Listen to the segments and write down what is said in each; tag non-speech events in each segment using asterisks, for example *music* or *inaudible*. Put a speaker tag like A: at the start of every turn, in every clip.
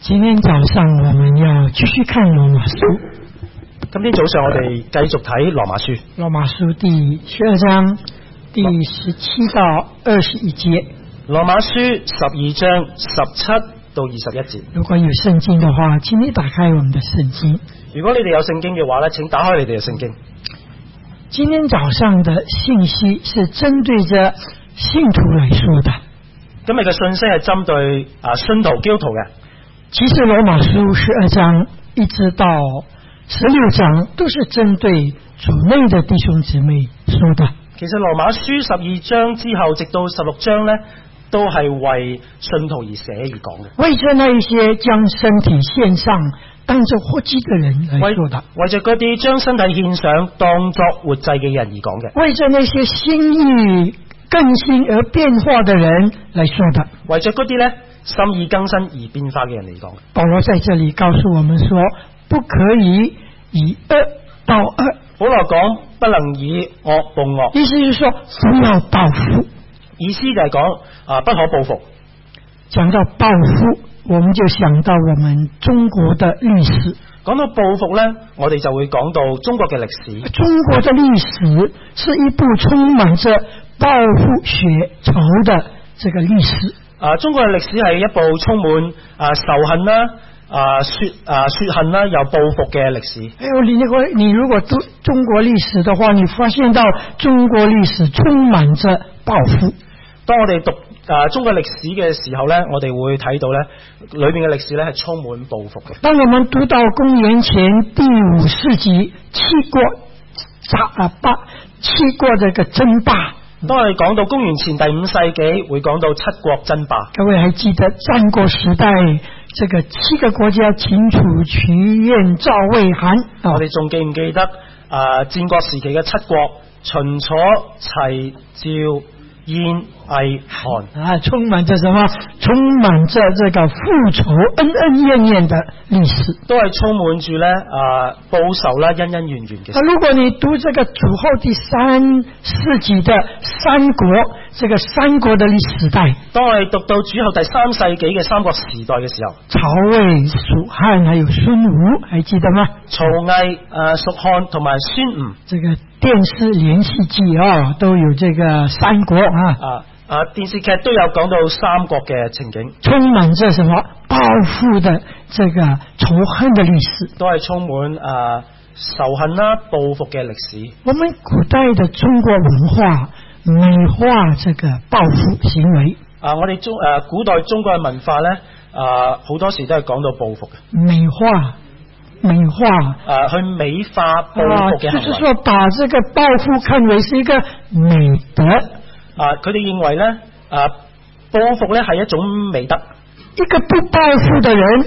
A: 今天早上我们要继续看罗马书，
B: 今天早上我哋繼續睇羅馬書，
A: 罗马书第十二章第十七到二十一节。
B: 羅馬書十二章十七到二十一節。
A: 如果有圣经的话，请你打开我们的圣经。
B: 如果你哋有聖經嘅話咧，請打開你哋嘅聖經。
A: 今天早上的信息是针对着信徒来说的。
B: 今日嘅信息係針對啊信徒基督徒嘅。
A: 其实罗马书十二章一直到十六章都是针对主内的弟兄姊妹说的。
B: 其實羅馬書十二章之後，直到十六章呢，都係為信徒而寫而講嘅，
A: 为着那一些将身体献上当做活祭的人来
B: 為
A: 做的，
B: 為着嗰啲將身體獻上當作活祭嘅人而講嘅，
A: 为着那些心意更新而变化的人来说的。
B: 為着嗰啲呢心意更新而變化嘅人嚟講嘅。
A: 保罗在这里告诉我们说，不可以以恶报恶，
B: 保羅講不能以惡報惡，
A: 意思是说不要报复。
B: 意思就係講啊不可報復。
A: 讲到报复，我们就想到我们中国的历史。
B: 講到報復呢，我哋就會講到中國嘅歷史。
A: 中国的历史是一部充满着报复血仇的这个历史。
B: 啊，中國嘅歷史係一部充滿啊仇恨啦、啊雪啊雪恨啦，又報復嘅歷史。
A: 哎呦，你如果你如果读中国历史的话，你发现到中国历史充满着报复。
B: 當我哋讀啊中國歷史嘅時候呢，我哋會睇到呢裏面嘅歷史呢係充滿報復嘅。
A: 当我们读到公元前第五世纪七国杂啊霸七国这个争霸，
B: 當我哋講到公元前第五世紀，會講到七國爭霸。
A: 各位还记得战国时代这个七个国家秦楚齐燕赵魏韩啊
B: 我？哋仲記唔記得啊戰國時期嘅七國？秦楚齊趙燕魏韓。
A: 啊，充满着什么？充满着这个复仇、恩恩怨怨的历史。
B: 都係充滿住咧啊報仇啦、恩恩怨怨嘅
A: 那。如果你读这个主后第三世纪的三国，这个三国的历史代，
B: 當我哋讀到主後第三世紀嘅三國時代嘅時候，
A: 曹魏、蜀汉还有孙吴，还记得吗？
B: 曹魏、啊蜀漢同埋孫吳
A: 这个电视连续剧啊、都有这个三国啊，
B: 啊啊電視劇都有講到三國嘅情景，
A: 充满着什么报复的这个仇恨的历史。
B: 都係充滿啊仇恨啦、報復嘅歷史。
A: 我们古代的中国文化美化这个报复行为，
B: 啊，我哋中啊古代中國嘅文化咧啊好多時都係講到報復嘅，
A: 美化，美化
B: 啊去美化報
A: 啊，
B: 復嘅
A: 就是
B: 行為。
A: 说把这个报复看为是一个美德，
B: 啊，佢哋認為咧啊報復咧係一種美德。
A: 一个不报复的人，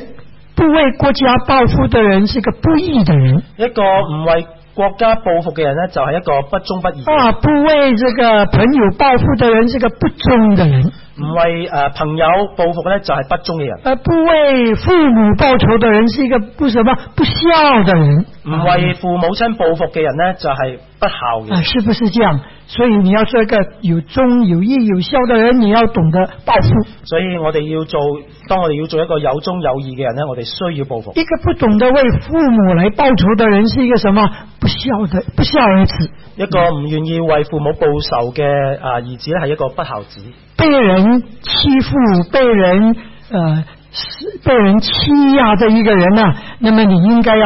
A: 不为国家报复的人是个不义的人
B: 一個唔為國家報復嘅人呢，就係、一個不忠不義嘅人，
A: 啊，不为这个朋友报复的人是个不忠的人，
B: 唔為诶朋友報復呢，就係、不忠嘅人，
A: 呃，不为父母报仇的人是一个不什么不孝的人，
B: 唔為父母親報復嘅人呢，就係、不孝
A: 啊，
B: 嘅人。
A: 是不是这样？所以你要做一个有忠、有义、有孝的人，你要懂得报复。
B: 所以我哋要做，當我哋要做一個有忠有義嘅人呢，我哋需要報復。
A: 一个不懂得为父母来报仇的人，是一个什么不孝的不孝儿子，
B: 一個唔願意為父母報仇嘅啊兒子呢，係一個不孝子，
A: 被人欺负、被人呃是被人欺压的一个人呢、那么你应该要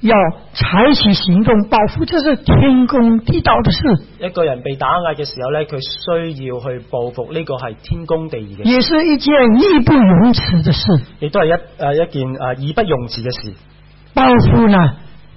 A: 要采取行动报复，这是天公地道的事，
B: 一個人被打壓嘅時候呢，佢需要去報復，呢、個係天公地義嘅，
A: 也是一件义不容辞的事。
B: 亦都係一诶、一件诶義不容辭嘅事。
A: 报复呢，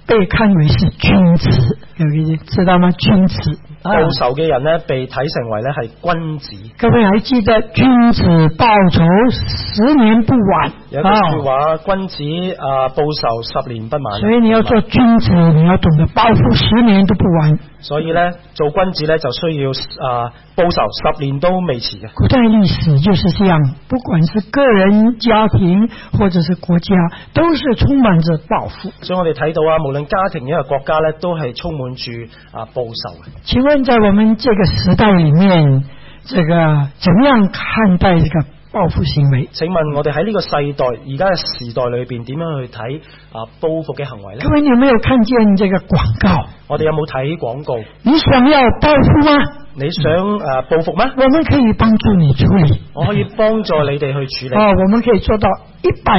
A: 被看为是君子，有一些知道吗？君子啊，
B: 報仇嘅人呢，被睇成為呢係君子。
A: 各位还记得君子报仇，十年不晚啊
B: 有一句说話：君子啊報仇十年不晚。
A: 所以你要做君子，你要懂得报复，十年都不晚。
B: 所以咧做君子咧就需要啊報仇十年都未遲嘅。
A: 古代历史就是这样，不管是个人、家庭或者是国家，都是充满着报复。
B: 所以我哋睇到啊，無論家庭一個國家咧，都係充滿住啊報仇嘅。
A: 请问，在我们这个时代里面，这个怎样看待这个报复行为。
B: 請問我哋喺呢個世代而家嘅時代裏邊點樣去睇啊報復嘅行為呢
A: 各？位，你有没有看见这个广告？
B: 我哋有冇睇廣告？
A: 你想要报复吗？
B: 你想啊報復咩？
A: 我们可以帮助你处理。
B: 我可以幫助你哋去處理。
A: 哦，我们可以做到一百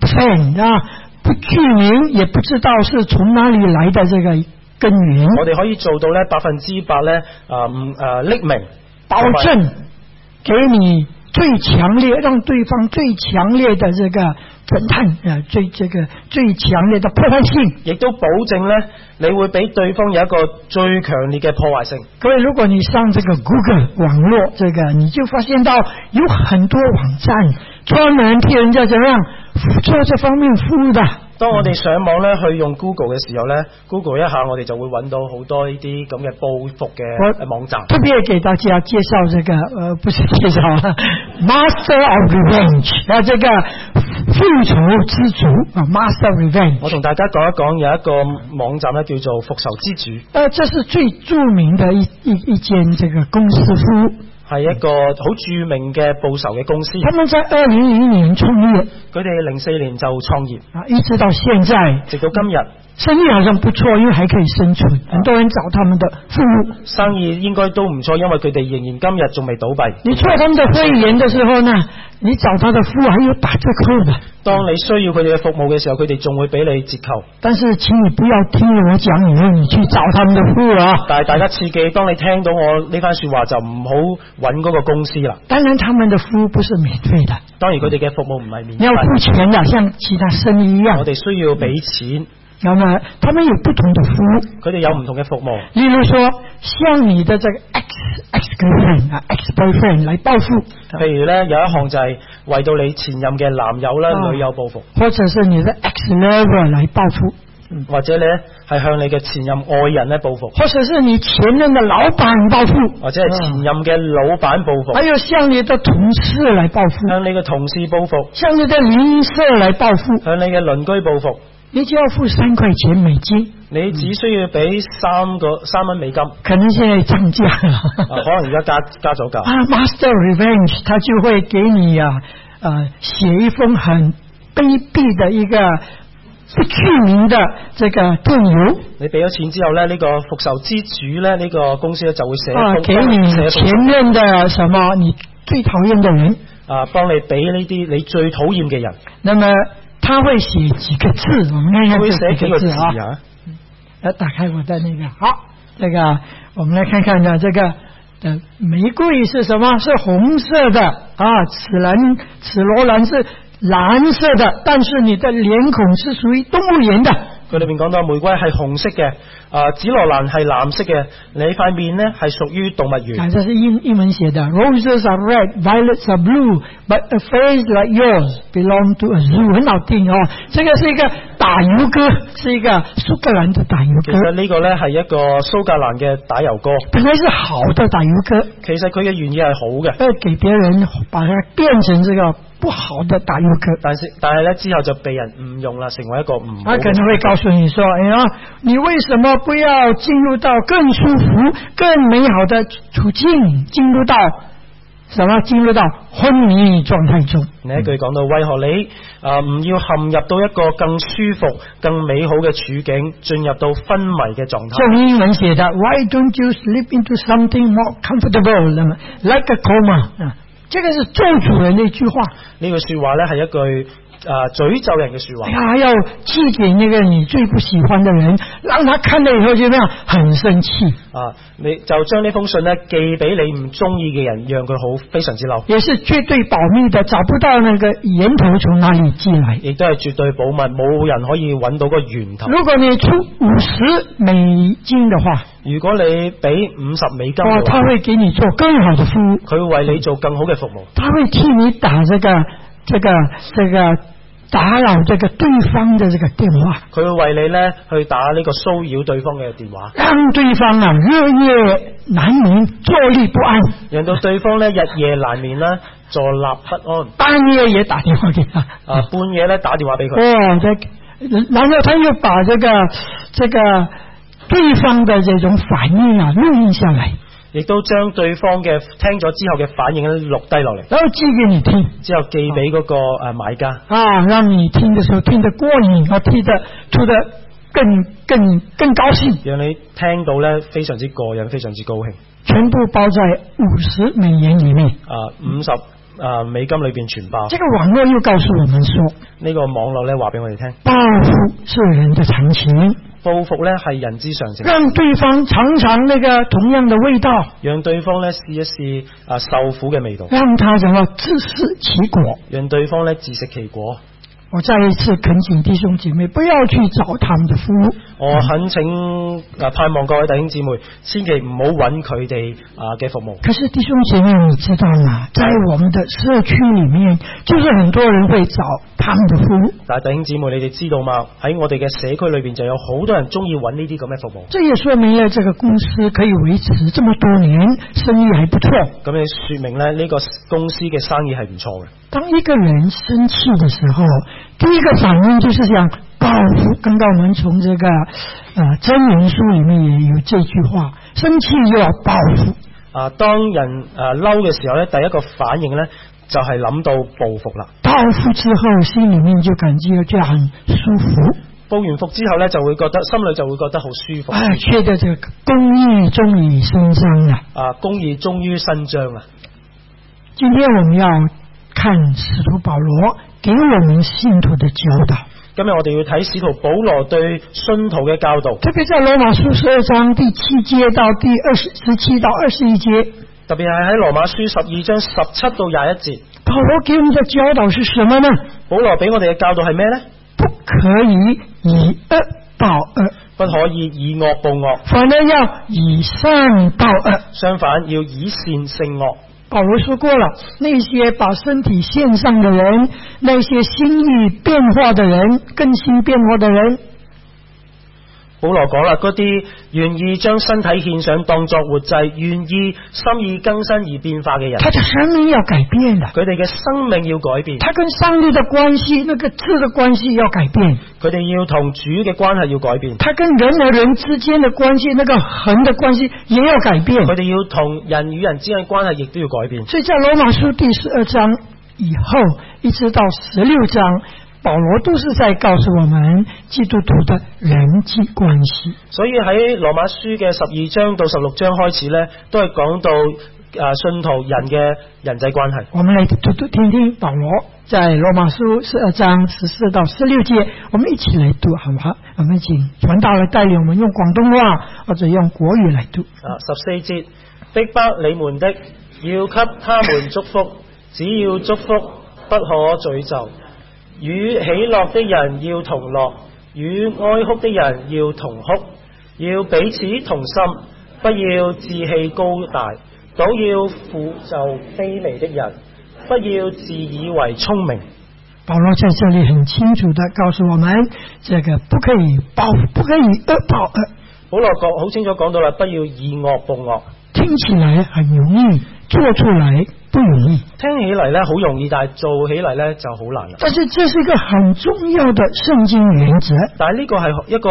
A: percent 啊，不具名，也不知道是从哪里来的这个根源，
B: 我哋可以做到咧百分之百咧啊唔啊匿名
A: 保证给你最强烈，让对方最强烈的这个震撼啊，最这个最强烈的破坏性。
B: 亦都保證咧，你會俾對方有一個最強烈嘅破壞性。
A: 各位，如果你上这个 Google 网络这个，你就发现到有很多网站专门替人家怎么样做这方面服务的。
B: 當我哋上網咧去用 Google 嘅時候咧，Google 一下我哋就會揾到好多呢啲咁嘅報復
A: 我
B: 嘅網站。
A: 特别给大家介绍这个，呃，不是介绍啊，Master of Revenge 啊，这个复仇之主啊，Master of Revenge，
B: 我同大家講一講有一個網站咧叫做復仇之主，
A: 呃，这是最著名的一一一间这个公司服务，
B: 係一個好著名嘅報仇嘅公司。
A: 他们在二零零年创业
B: 佢哋零四年就創業，
A: 啊，一直到现在，
B: 直到今日
A: 生意好像不错，因为还可以生存，很多人找他们的服务。
B: 生意應該都唔錯，因為佢哋仍然今日仲未倒閉。
A: 你做他们的会员的时候呢，你找他的服务还有打折扣的。
B: 當你需要佢哋嘅服務嘅時候，佢哋仲會俾你折扣。
A: 但是，请你不要听了我讲以后，你去找他们的服务啊。
B: 但係大家切記，當你聽到我呢番説話，就唔好揾嗰個公司啦。
A: 当然，他们的服务不是免费的，
B: 當然佢哋嘅服務唔係免
A: 你要付
B: 費，
A: 钱的，像其他生意一样
B: 我。哋需要俾錢。
A: 那么，他们有不同的服务，
B: 佢哋有唔同嘅服務，
A: 例如说，像你的这个 ex ex girlfriend 啊，ex boyfriend 来报复，
B: 譬如呢，有一項就係為到你前任嘅男友啦、
A: 啊
B: 女友報復，
A: 或者是你的 ex lover 来报复，
B: 或者呢係向你嘅前任愛人咧報復，
A: 或者是你前任的老板报复，
B: 或者係前任嘅老闆報復，
A: 还有像你的同事来报复，
B: 向你嘅同事報復，
A: 像你的邻舍来报复，
B: 向你嘅鄰居報復。
A: 你就要付三块钱美金。
B: 你只需要俾三個三蚊美金，啊
A: 可能现在涨价了。
B: 可能而家加加咗價。
A: *laughs* 啊，Master Revenge，他就会给你啊，呃，写一封很卑鄙的一个不具名的这个电邮
B: 你俾咗錢之後咧，呢、個復仇之主咧，呢、個公司咧就會寫
A: 啊，
B: 封
A: 给你
B: 寫封
A: 前任的什么你最讨厌的人，
B: 啊，幫你俾呢啲你最討厭嘅人，
A: 那么他会写几个字，我们看看
B: 會
A: 这
B: 寫 *laughs* 幾
A: 几
B: 個
A: 个
B: 字
A: 字啊。
B: 啊。
A: 来，打开我的那个，好，这个我们来看看呢，这个呃玫瑰是什么？是红色的啊，紫兰、紫罗兰是蓝色的，但是你的脸孔是属于动物园的。
B: 佢裏面講到玫瑰係紅色嘅，啊紫羅蘭係藍色嘅，你塊面咧係屬於動物
A: 啊，
B: 園。
A: 这是英英文写的，Roses are red, violets are blue, but a face like yours belong to a zoo。很好听哦，这个是一个打油歌，是一个苏格兰的打油
B: 其
A: 歌
B: 實，呢個咧係一個蘇格蘭嘅打油歌，
A: 本来是好的打油歌，
B: 其實佢嘅原意係好嘅，
A: 要给别人把它变成这个不好的打油歌。
B: 但是但係咧之後就被人誤用啦，成為一個唔
A: 他
B: 好
A: 可
B: 嘅
A: 能会告诉你说：“哎呀，你为什么不要进入到更舒服、更美好的处境，进入到什么？进入到昏迷状态中？
B: 呢一句講到，為何你啊嗯呃唔、要陷入到一個更舒服、更美好嘅處境，進入到昏迷嘅狀態？
A: 用英文写的，Why don't you sleep into something more comfortable？那么，like a coma 啊，这个是咒主人的一句话。
B: 呢句说話呢係一句啊、詛咒人嘅说
A: 哎
B: 話，
A: 呀，要寄给那个你最不喜欢的人，让他看了以后就那样很生气。
B: 啊！你就將呢封信呢寄俾你唔中意嘅人，讓佢好非常之嬲，
A: 也是绝对保密的，找不到那个源头从哪里寄来。
B: 亦都係絕對保密，冇人可以揾到個源頭。
A: 如果你出五十美金的话，
B: 如果你俾五十美金
A: 哦，
B: 嘅
A: 他
B: 話，
A: 会给你做更好的服务，
B: 佢會為你做更好嘅服務，
A: 他会替你打这个这个这个打扰这个对方的这个电话，
B: 佢會為你呢去打呢個騷擾對方嘅電話，
A: 让对方啊日夜难眠，坐立不安，
B: 讓到對方呢日夜難眠啦，坐立不安。
A: 半夜也打电话给 *laughs* 他。
B: 啊，半夜咧打電話俾佢，
A: 哦，这然后他又把这个这个对方的这种反应啊录音下来。
B: 亦都將對方嘅聽咗之後嘅反應咧錄低落嚟，
A: 然后寄给你听
B: 之後寄俾嗰個誒買家，
A: 啊，让你听的时候听得过瘾，啊，听得出得更更更高兴，
B: 讓你聽到咧非常之過癮，非常之高興。
A: 全部包在五十美元以内。
B: 啊，五十啊美金裏邊全包。
A: 这个网络又告诉我们说，
B: 呢個網絡咧話俾我哋聽，
A: 报复是人的常情，
B: 報復咧係人之常情，
A: 让对方尝尝那个同样的味道，
B: 讓對方咧試一試啊受苦嘅味道，
A: 让他什么自食其果。
B: 讓對方咧自食其果。
A: 我再一次恳请弟兄姐妹不要去找他们的父母，
B: 我懇請啊盼望各位弟兄姊妹，千祈唔好揾佢哋啊嘅服務。
A: 可是弟兄姐妹，你知道吗？在我们的社区里面，就是很多人会找他们的父母，
B: 但係弟兄姊妹，你哋知道嘛？喺我哋嘅社區裏邊就有好多人中意揾呢啲咁嘅服務。
A: 这也说明了这个公司可以维持这么多年，生意还不错。
B: 咁你説明咧，呢、個公司嘅生意係唔錯嘅。
A: 当一个人生气的时候，第一个反应就是想报复。刚刚我们从这个呃真言书里面也有这句话：生气又要报复。
B: 啊，當人啊嬲嘅時候咧，第一個反應咧就係、諗到報復啦。
A: 报复之后，心里面就感觉这样很舒服。
B: 報完復之後咧，就會覺得心裏就會覺得好舒服。
A: 哎，觉得这个公益终于伸张了。
B: 啊，公義終於伸張啦！
A: 今天我们要看使徒保罗给我们信徒的教导，
B: 今日我哋要睇使徒保羅對信徒嘅教導，
A: 特别在罗马书十二章第七节到第二十十七到二十一节，
B: 特別係喺羅馬書十二章十七到廿一節，
A: 保罗给我们的教导是什么呢？
B: 保羅俾我哋嘅教導係咩呢？
A: 不可以以恶报恶，
B: 不可以以惡報惡，
A: 反而要以善报恶。
B: 相反要以善勝惡。
A: 保罗说过了，那些把身体献上的人，那些心意变化的人，更新变化的人，
B: 保羅講啦，嗰啲願意將身體獻上當作活祭，願意心意更新而變化嘅人，
A: 他的生命要改变了，
B: 佢哋嘅生命要改變，
A: 他跟上帝的关系，那个字的关系要改变，
B: 佢哋要同主嘅關係要改變，
A: 他跟人和人之间的关系，那个横的关系也要改变。
B: 佢哋要同人與人之間嘅關係亦都要改變。
A: 所以在罗马书第十二章以后，一直到十六章，保罗都是在告诉我们基督徒的人际关系。
B: 所以喺羅馬書嘅十二章到十六章開始呢，都係講到啊信徒人嘅人際關係。
A: 我们来读读听听保罗在罗马书十二章十四到十六节，我们一起来读好不好？我们请传道来带领我们用广东话或者用国语来读。
B: 啊，十四節，逼迫你們的，要給他們祝福，只要祝福，不可詛咒。與喜樂的人要同樂，與哀哭的人要同哭，要彼此同心，不要志氣高大，倒要輔就卑微的人，不要自以為聰明。
A: 保罗在这里很清楚的告诉我们，这个不可以报，不可以恶报呃恶。
B: 保羅講好清楚講到啦，不要以惡報惡。
A: 听起来很容易，做出来不容易。
B: 聽起嚟呢好容易，但係做起嚟呢就好難啦。
A: 但是这是一个很重要的圣经原则，
B: 但係呢個係一個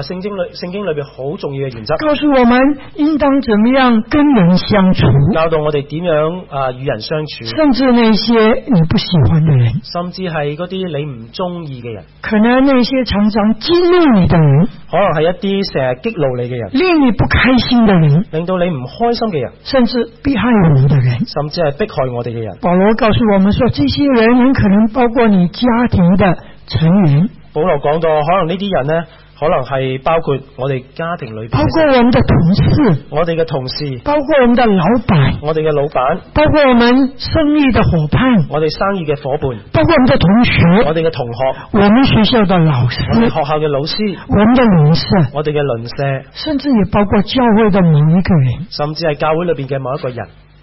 B: 誒聖經裏聖經裏邊好重要嘅原則，
A: 告诉我们应当怎么样跟人相处，
B: 教導我哋點樣誒與人相處，
A: 甚至那些你不喜欢的人，
B: 甚至係嗰啲你唔中意嘅人，
A: 可能那些常常激怒你的人，
B: 可能係一啲成日激怒你嘅人，
A: 令你不开心的人，
B: 令到你唔開心嘅人，
A: 甚至迫害我们的人。
B: 甚至係迫害我哋嘅人。
A: 保罗告诉我们说，这些人很可能包括你家庭的成员，
B: 保羅講到，可能呢啲人呢，可能係包括我哋家庭裏邊
A: 包
B: 嘅
A: 括
B: 人，
A: 我们的同事，
B: 我哋嘅同事，
A: 包括我们的老板，
B: 我哋嘅老闆，
A: 包括我们生意的伙伴。
B: 我哋生意嘅伙伴，
A: 包括我们的同学、
B: 我哋嘅同學，
A: 我们学校的老师、
B: 我哋學校嘅老師，
A: 我们的邻舍，
B: 我哋嘅鄰舍，
A: 甚至也包括教会的某一个人。
B: 甚至係教會裏邊嘅某一個人，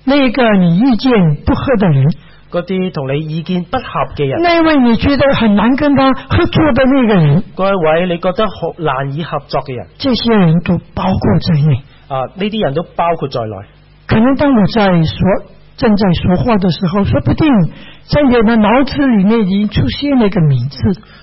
A: 那个你意见不合的人，
B: 嗰啲同你意見不合嘅人。
A: 那位你觉得很难跟他合作的那个人，
B: 各位，你覺得好難以合作嘅人
A: 这些人都包括在内。
B: 啊，呢啲人都包括在內。
A: 可能当我在所正在说话的时候，说不定在你的脑子里面已经出现了一个名字，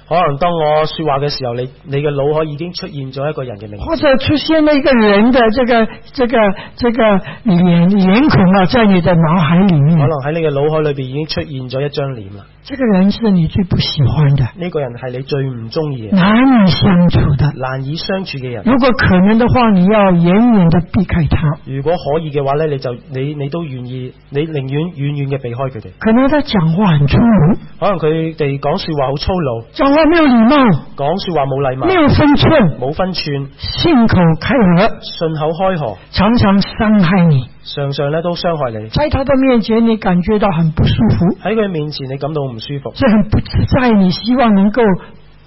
B: 可能當我说話嘅時候，你你嘅腦海已經出現咗一個人嘅名字，
A: 或者出现了一个人的这个这个这个脸脸孔啊，在你的脑海里
B: 可
A: 面
B: 能，喺你嘅腦海裏边已經出現咗一張臉啦。
A: 这个人是你最不喜欢的、
B: 呢、個人係你最唔中意嘅人、
A: 难以相处的。
B: 難以相處嘅人。
A: 如果可能的话，你要远远的避开他。
B: 如果可以嘅話呢，你就你你都願意，你寧願遠遠嘅避開佢哋。
A: 可能他讲话很粗鲁，
B: 可能佢哋講说話好粗魯，
A: 讲话没有礼貌，
B: 講说話冇禮貌
A: 没，有分寸，
B: 冇分寸，
A: 信口开河，
B: 信口開河，
A: 常常伤害你。
B: 常常咧都傷害你。
A: 在他的面前，你感觉到很不舒服，
B: 喺佢面前你感到唔舒服，
A: 是很不自在。你希望能够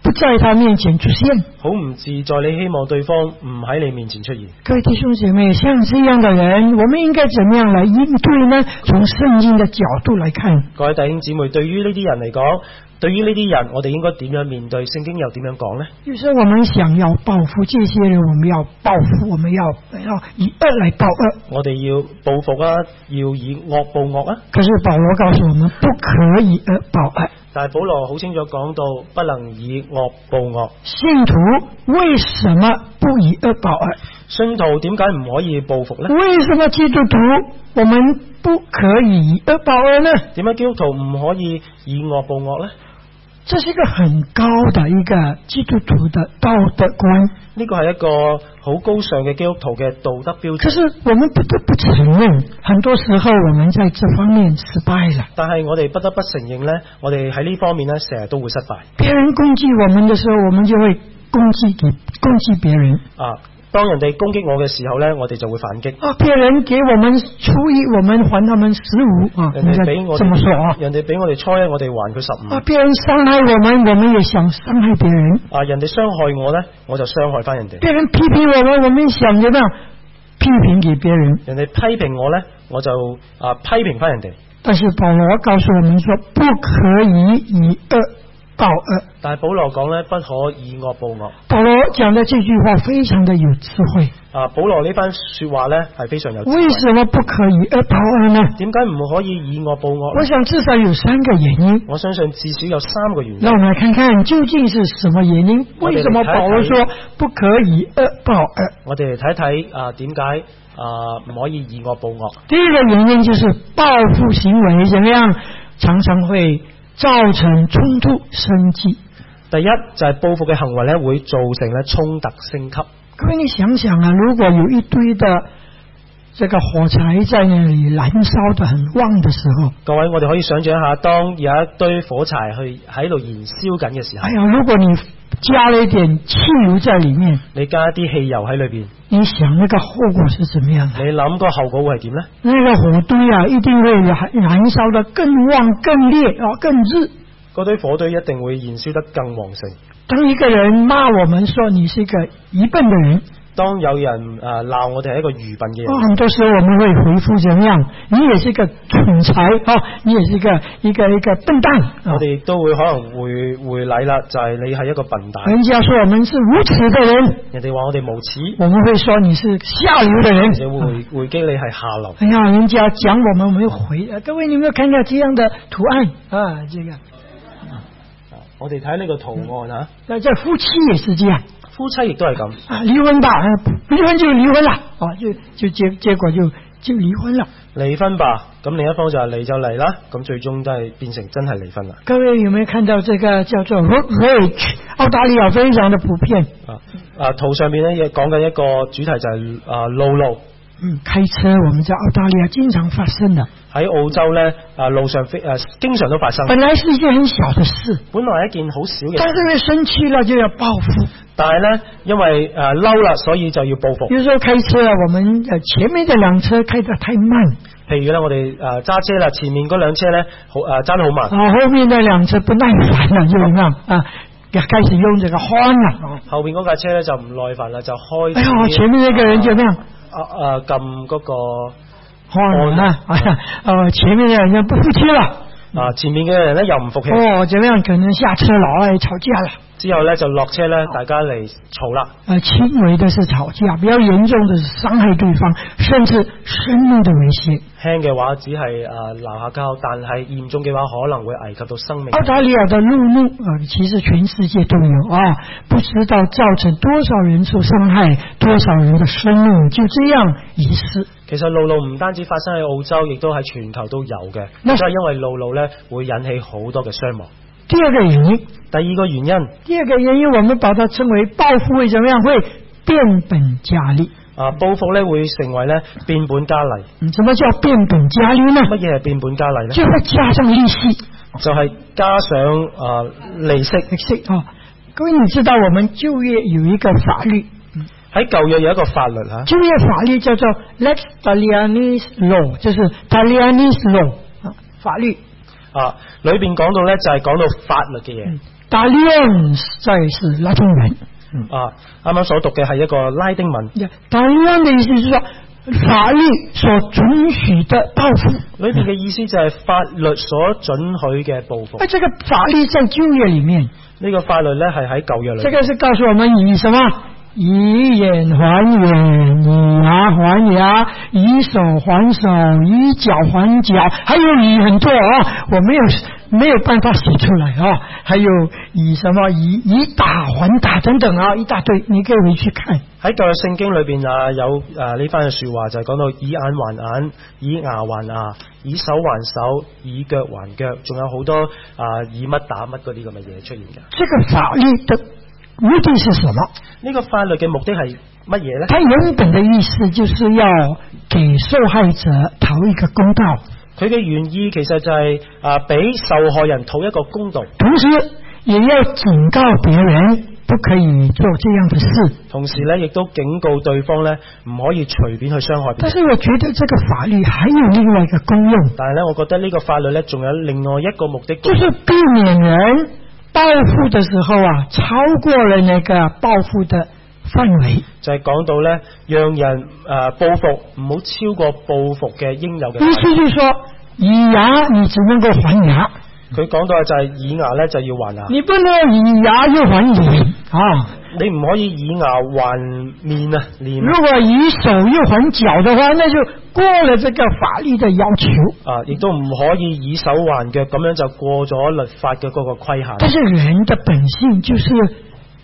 A: 不在他面前出现。
B: 好唔自在，你希望對方唔喺你面前出現。
A: 各位弟兄姐妹，像这样的人，我们应该怎么样来应对呢？从圣经的角度来看，
B: 各位弟兄姊妹，對於呢啲人嚟講，對於呢啲人，我哋應該點樣面對？聖經又點樣講呢？
A: 就是我们想要报复这些人，我们要报复，我们要要以恶来报恶。
B: 我哋要報復啊，要以惡報惡啊！
A: 可是保罗告诉我们，不可以恶报恶。
B: 但係保羅好清楚講到，不能以惡報惡。
A: 信徒为什么不以恶报恶？
B: 信徒點解唔可以報復呢？
A: 为什么基督徒我们不可以以恶报恶呢？
B: 點解基督徒唔可以以惡報惡呢？
A: 这是一个很高的一个基督徒的道德观，
B: 呢個係一個好高尚嘅基督徒嘅道德標
A: 可
B: 準，
A: 是我们不得不承认，很多时候我们在这方面失败了。
B: 但係我哋不得不承認呢，我哋喺呢方面呢，成日都會失敗
A: 别人攻擊我们的时候，我们就会攻擊给攻擊别人
B: 啊！當人哋攻擊我嘅時候呢，我哋就會反擊。
A: 啊，别人给我们初一，我们还他们十五啊，
B: *laughs* 人
A: 应
B: 哋
A: 该
B: 俾我
A: 这么说啊
B: 哋，人哋俾我哋初一，我哋還佢十五
A: 啊，。别人伤害我们，我们也想伤害别人。
B: 啊！人哋傷害我呢，我就傷害翻人哋；
A: 别人批評我们，我们想着呢批評给别人。
B: 人哋批評我呢，我就啊批評翻人哋。
A: 但是保罗告诉我们说，不可以以恶报恶。
B: 但係保羅講呢，不可以惡報惡。
A: 保罗讲的这句話非常的有智慧。
B: 啊，保羅呢班説話呢係非常有智慧
A: 為。什麼不可以恶报恶呢？
B: 點解唔可以以惡報惡
A: 我
B: 呢？
A: 想至少有三個原因。
B: 我相信至少有三個原因
A: 那。我们来看看究竟是什麼原因？
B: 我哋嚟
A: 為什麼
B: 睇一睇
A: 保羅說不可以恶报恶？
B: 我哋嚟睇睇啊，點解啊唔可以以惡報惡？
A: 第一個原因就是报复行為怎么样，常常會造成衝突升級。
B: 第一就係、報復嘅行為呢，會造成咧衝突升級。
A: 各位，你想想啊，如果有一堆的这个火柴在那里燃烧的很旺的时候，
B: 各位，我哋可以想象一下，當有一堆火柴去喺度燃燒緊嘅時候
A: 哎，呀，如果你加了一点汽油在里面，
B: 你加一啲汽油喺裏邊，
A: 你想那个后果是怎么样的？
B: 你諗個後果會係點呢？
A: 那个火堆啊，一定会燃燃烧的更旺、更烈啊、更热。
B: 嗰堆火堆一定會燃燒得更旺盛。
A: 当一个人骂我们说你是一个愚笨的人，
B: 當有人誒鬧、我哋係一個愚笨嘅
A: 哦，
B: 人，
A: 很多时候我们会回复怎么样？你也是一个蠢材啊，你也是一个一个一个笨蛋啊
B: 我。哋亦都會可能會回禮啦，就係、你係一個笨蛋。
A: 人家说我们是无耻的人，
B: 人哋話我哋無恥，
A: 我们会说你是下流的人。
B: 人哋會回回擊你係下流。
A: 哎呀，人家讲我们没回。呃各位，你有没有看到这样的图案啊？这个，
B: 哦我哋睇呢個圖案啊，
A: 那呃这夫妻也是这样
B: 夫妻亦都係咁，
A: 啊，离婚吧，啊离婚就离婚了啊，就就结结果就就离婚了。
B: 離婚吧。咁另一方就係離就離啦，咁最終都係變成真係離婚啦。
A: 各位有没有看到这个叫做 road rage？澳大利亚非常的普遍，
B: 啊啊，圖上面咧亦講緊一個主題就係、啊路路
A: 嗯，开车我们在澳大利亚经常发生的，
B: 喺澳洲咧啊路上非啊經常都發生。
A: 本来是一件很小的事，
B: 本來係一件好小嘅事
A: 但是因哦为生气了就要报复。
B: 但係咧，因為诶嬲啦，所以就要報
A: 比
B: 復。
A: 如说开车啊，我们呃前面的辆车开得太慢，
B: 譬如咧，我哋诶揸車啦，前面嗰輛車咧好诶揸得好慢，
A: 啊，后面的辆车不耐烦了，就怎么样啊？也开始用这个horn 了。啊
B: 後边嗰架車咧就唔耐煩啦，就開
A: 哎呀，前面那个人就那样
B: 啊啊撳嗰個
A: horn 啊，哎呀，呃，前面的人就不服气了，嗯
B: 啊前面嘅人咧又唔服氣，
A: 哦哦，怎么样？可能下车了，哎，吵架了。
B: 之後呢，就落車呢，大家嚟嘈啦。
A: 呃，轻微的是吵架，比较严重的是伤害对方，甚至生命的威胁。
B: 輕嘅話只係誒鬧下交，但係嚴重嘅話可能會危及到生命。
A: 澳大利亚的路怒啊、呃，其实全世界都有啊，不知道造成多少人受伤害，多少人的生命就这样遗失。
B: 其實路怒唔單止發生喺澳洲，亦都喺全球都有嘅。
A: 咩
B: 就係因為路怒呢，會引起好多嘅傷亡。
A: 第二个原因，
B: 第二個原因
A: 第二个原因我们把它称为报复，为什么样会变本加厉？
B: 啊，報復呢會成為呢變本加厲。
A: 嗯什么叫变本加厉呢？
B: 乜嘢係變本加厲呢？
A: 就是加上利息。
B: 就係、加上啊利息。
A: 是啊，各位你知道我们就业有一个法律，
B: 喺舊約有一個法律嚇，
A: 就业法律叫做 Lex Talionis Law，就是 Talionis Law 啊，法律。
B: 啊裏邊講到呢就係、講到法律嘅嘢。
A: Talion 再是拉丁文
B: 啊，啱啱所讀嘅係一個拉丁文，
A: ，Talion 的意思是说法律所准许的报复。
B: 裏邊嘅意思就係法律所准許嘅報復。
A: 那哎这个法律在就业里面，
B: 呢、個法律呢係喺舊約裏
A: 这
B: 邊
A: 个是告诉我们以什么？以眼还眼，以牙还牙，以手还手，以脚还脚，还有以很多啊，我没有没有办法写出来啊。还有以什么以以打还打等等啊，一大堆，你可以回去看。
B: 喺舊約聖經裏邊啊有啊呢番嘅説話就係講到以眼還眼，以牙還牙，以手還手，以腳還腳，仲有好多啊以乜打乜嗰啲咁嘅嘢出現嘅。
A: 这个法律的目的是什么？
B: 呢、個法律嘅目的係乜嘢呢？
A: 它原本的意思就是要给受害者讨一个公道，
B: 佢嘅原意其實就係、啊，俾受害人討一個公道，
A: 同时也要警告别人不可以做这样的事。
B: 同時咧亦都警告對方咧唔可以隨便去傷害別
A: 但
B: 人。
A: 是我觉得这个法律还有另外一个功用，
B: 但係咧，我覺得呢個法律咧仲有另外一個目的，
A: 就是避免人报复的时候啊，超过了那个报复的范围。
B: 就係講到咧，讓人啊報復唔好超過報復嘅應有
A: 意
B: 嘅範圍。
A: 思就是说，以牙你只能够还牙，
B: 佢講到嘅就係以牙咧就要還牙，
A: 你不能以牙又还脸啊。
B: 你唔可以以牙還面啊，面
A: 如果以手又还脚的话，那就过了这个法律的要求。
B: 啊，亦都唔可以以手還腳，咁樣就過咗律法嘅嗰個規
A: 但
B: 限。
A: 是人的本性就是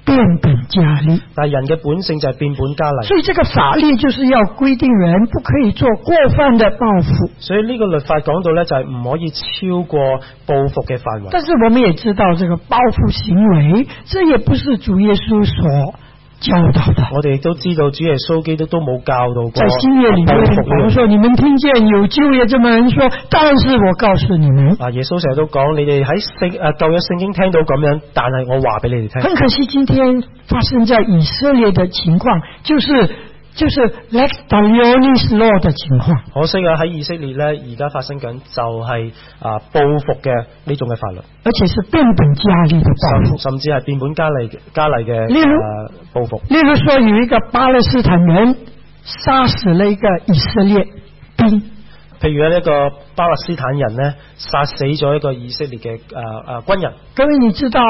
A: 变本加厉，
B: 但係人嘅本性就係變本加厲。
A: 所以这个法律就是要规定人不可以做过分的报复。
B: 所以呢個律法講到呢，就係唔可以超過報復嘅範圍。
A: 但是我们也知道，这个报复行为，这也不是主耶稣所教导的。
B: 我哋亦都知道主耶穌基督都冇教導過
A: 在新约里面，
B: 報
A: 保罗
B: 復呢樣嘢
A: 说：“你们听见有就业这么人说，但是我告诉你们，
B: 啊，耶穌成日都講，你哋喺聖啊舊約聖經聽到咁樣，但係我話俾你哋聽，
A: 很可惜，今天发生在以色列的情况，就是就是 Lex d a l i o n i s law 的情况。
B: 可惜啊喺以色列呢，而家發生緊就係、啊報復嘅呢種嘅法律，
A: 而且是变本加厉的报
B: 甚
A: 复。
B: 甚至係變本加厲加厲嘅
A: 例如
B: 啊報復。
A: 例如说，有一个巴勒斯坦人杀死了一个以色列兵，
B: 譬如呢一個巴勒斯坦人呢，殺死咗一個以色列嘅啊啊軍人，
A: 各位你知道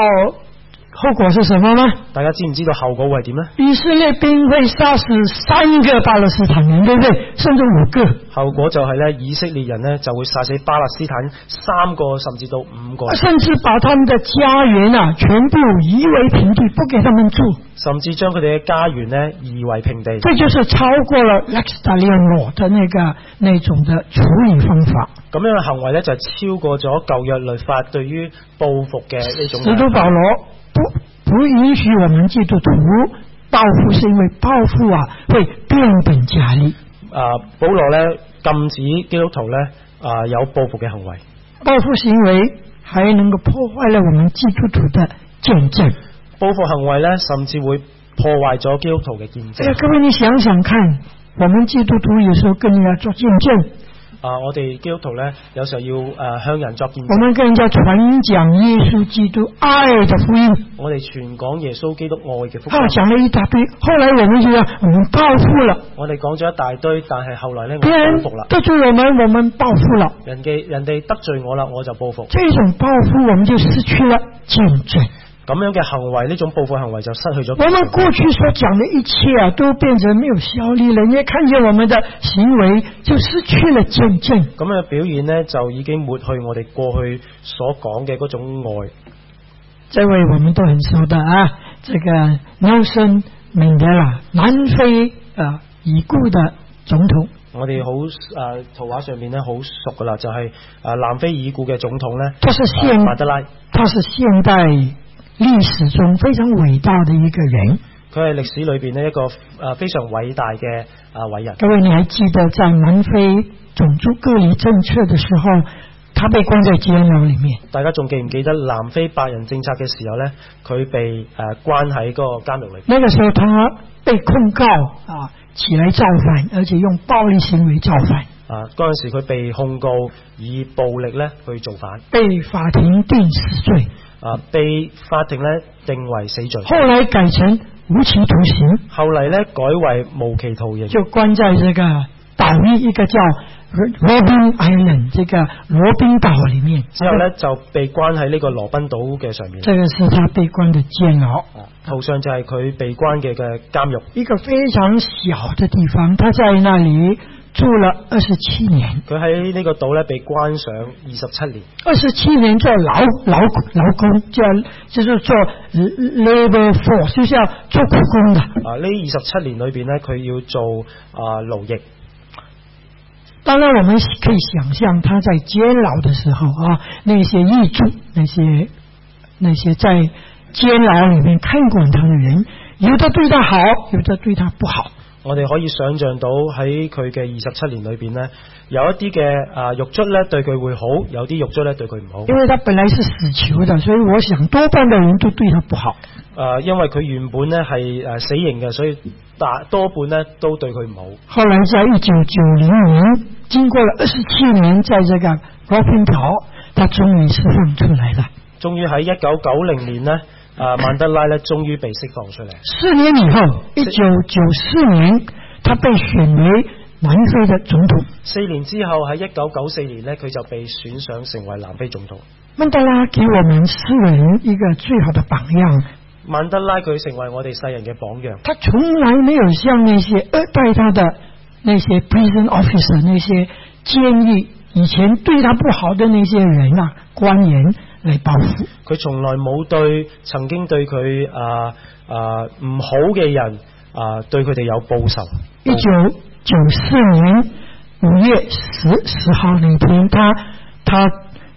A: 后果是什么吗？
B: 大家知唔知道後果會係點呢？
A: 以色列兵会杀死三个巴勒斯坦人，对不对？甚至五个。
B: 後果就係咧，以色列人咧就會殺死巴勒斯坦三個甚至到五個，
A: 甚至把他们的家园啊全部夷为平地，不给他们住，
B: 甚至將佢哋嘅家園咧夷為平地。
A: 这就是超过了 Lex d a l i o n 的那个那种的处理方法。
B: 咁樣嘅行為咧就係超過咗舊約律法對於報復嘅呢種
A: 使徒
B: 嘅。
A: 保罗不不允许我们基督徒报复，是因为报复啊会变本加厉。
B: 啊，保羅咧禁止基督徒咧啊有報復嘅行為，
A: 报复行为还能够破坏了我们基督徒的见证。
B: 報復行為咧甚至會破壞咗基督徒嘅見
A: 哎呀
B: 證。
A: 各位，你想想看，我们基督徒有时候跟人家做见证，
B: 啊，我哋基督徒咧有時候要啊向人作見
A: 我
B: 證，
A: 们跟人家传讲耶稣基督爱的福音，
B: 我哋傳講耶穌基督愛嘅福
A: 啊，
B: 音。
A: 讲了一大堆。后来我们就要我们报复了，
B: 我哋講咗一大堆，但係後來咧我
A: 别人
B: 報復啦。
A: 得罪我们，我们报复了。
B: 人嘅人哋得罪我啦，我就報復。
A: 这种报复，我们就失去了见证。
B: 咁样嘅行为，呢种报复行为就失去咗
A: 我
B: 平衡。
A: 们过去所讲的一切啊，都变成没有效力了。你也看见我们的行为就失去了见证。
B: 咁嘅表現呢，就已經抹去我哋過去所講嘅嗰種愛。
A: 这位我们都很熟的啊，这个 Nelson Mandela，南非呃已故的总统，
B: 我哋好誒圖畫上面呢，好熟噶啦，就係、呃南非已故嘅總統呢，
A: 他是
B: 呃
A: 现
B: 曼德拉，
A: 他是现代历史中非常伟大的一个人。
B: 佢係歷史裏邊呢一個誒非常偉大嘅啊偉人。
A: 各位，你还记得在南非种族隔离政策的时候，他被关在监牢里面？
B: 大家仲記唔記得南非白人政策嘅時候呢，佢被誒、呃關喺嗰個監獄裏。
A: 那个时候他被控告啊起来造反，而且用暴力行为造反，
B: 啊！嗰陣時佢被控告以暴力呢去造反，
A: 被法庭定死罪，
B: 啊被法庭呢定為死罪，
A: 后来改成无期徒刑。
B: 後嚟呢改為無期徒刑。
A: 就关在这个岛屿一个叫 Robin Island 这个罗宾岛里面。
B: 之後咧就被關喺呢個羅賓島嘅上面。
A: 这个是他被关的监牢，
B: 啊圖上就係佢被關嘅嘅監獄，
A: 一个非常小的地方，他在那里住了二十七年，
B: 佢喺呢個島咧被關上二十七年，
A: 二十七年做劳劳劳工，叫就是做呃 labor force，就是要做苦工的。
B: 啊呢二十七年裏邊咧佢要做啊勞役，
A: 当然，我们可以想象他在监牢的时候啊，那些狱卒，那些那些在监牢里面看管他的人，有的对他好，有的对他不好。
B: 我哋可以想像到喺佢嘅二十七年裏邊咧，有一啲嘅啊獄卒咧對佢會好，有啲獄卒咧對佢唔好。
A: 因为他本来是死囚的，所以我想多半的人都对他不好。
B: 啊，因為佢原本咧係誒死刑嘅，所以大多半咧都對佢唔好。
A: 后来在一九九零年，经过了二十七年，在这个罗宾岛，他终于是放出来了。
B: 終於喺一九九零年咧，啊曼德拉咧終於被釋放出嚟。
A: 四年以后，一九九四年，他被选为南非的总统。
B: 四年之後喺一九九四年呢，佢就被選上成為南非總統。
A: 曼德拉给我们世人一个最好的榜样，
B: 曼德拉佢成為我哋世人嘅榜樣，
A: 他从来没有像那些虐待他的那些 prison officer 那些监狱以前对他不好的那些人啊官员来报复。
B: 佢從來冇對曾經對佢啊啊唔好嘅人啊、對佢哋有報仇。
A: 一九九四年五月十十號那天，他他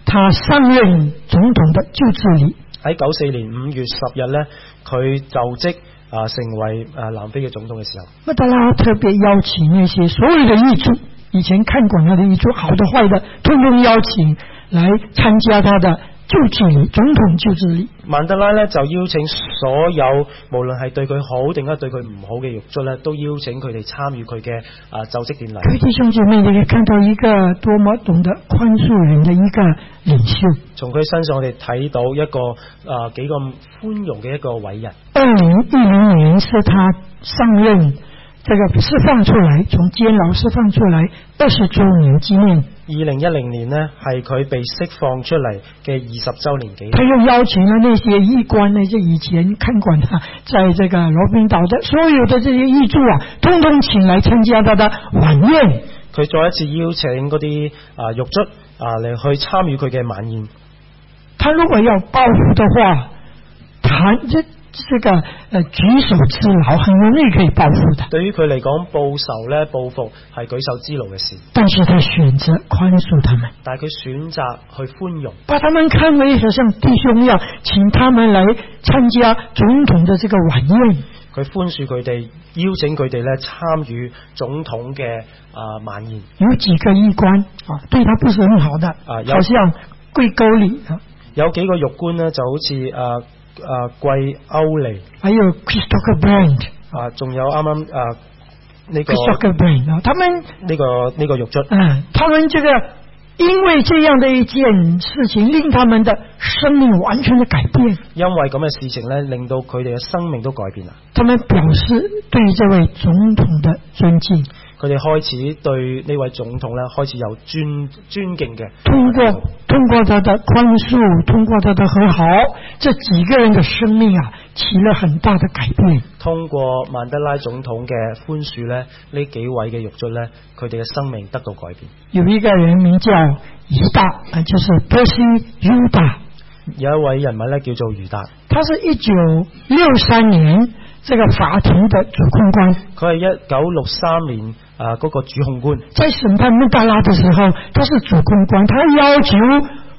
A: 他上任总统的就职礼，
B: 喺九四年五月十日呢，佢就職啊、成為啊南非嘅總統嘅時候，
A: 曼德拉特别邀请那些所有的狱卒，以前看管他的狱卒，好的坏的，通通邀请来参加他的就职礼，总统就职礼。
B: 曼德拉呢就邀請所有無論係對佢好定係對佢唔好嘅獄卒呢，都邀請佢哋參與佢嘅啊就職典禮。
A: 各位弟兄姐妹，你可以看到一个多么懂得宽恕人的一个领袖。
B: 從佢身上我哋睇到一個啊、幾咁寬容嘅一個偉人。
A: 二零一零年是他上任，这个释放出来，从监牢释放出来二十周年纪念，
B: 二零一零年呢，係佢被釋放出嚟嘅二十週年紀
A: 他
B: 念。
A: 又邀请了那些医官，那些以前看管他在这个罗宾岛的所有的这些医助啊，通通请来参加他的晚宴。
B: 佢再一次邀請嗰啲啊獄卒啊嚟去參與佢嘅晚宴。
A: 他如果要报复的话，他这这个呃举手之劳很容易可以报复的，
B: 對於佢嚟講，報仇呢，報復係舉手之勞嘅事，
A: 但是他选择宽恕他们。
B: 但係佢選擇去寬容，
A: 把他们看为好像弟兄一样，请他们来参加总统的这个晚宴。
B: 佢寬恕佢哋，邀請佢哋呢參與總統嘅啊晚宴。
A: 有几个医官啊，对他不是很好的，
B: 有
A: 好像跪沟里啊，
B: 有幾個獄官呢，就好似啊啊貴歐尼。
A: 还有 Christopher Brand，Christopher
B: 啊，仲有啱啱啊
A: *laughs*
B: 呢個
A: Brand 啊，他们
B: 呢個呢個玉卒，
A: 啊，他们这个因为这样的一件事情，令他们的生命完全的改变。
B: 因為咁嘅事情咧，令到佢哋嘅生命都改變啦。
A: 他们表示对这位总统的尊敬，
B: 佢佢哋開始對呢位總統咧開始有尊尊敬嘅
A: 通过通过他的宽恕，通过他的和好，这几个人的生命啊起了很大的改变。
B: 通過曼德拉總統嘅寬恕咧，呢幾位嘅獄卒咧，佢哋嘅生命得到改變。
A: 有一个人名叫犹大，呃就是波西犹大，
B: 有一位人物咧叫做余達，
A: 他是一九六三年这个法庭的主控官，
B: 佢係一九六三年啊嗰、個主控官，
A: 在审判孟德拉的时候，他是主控官，他要求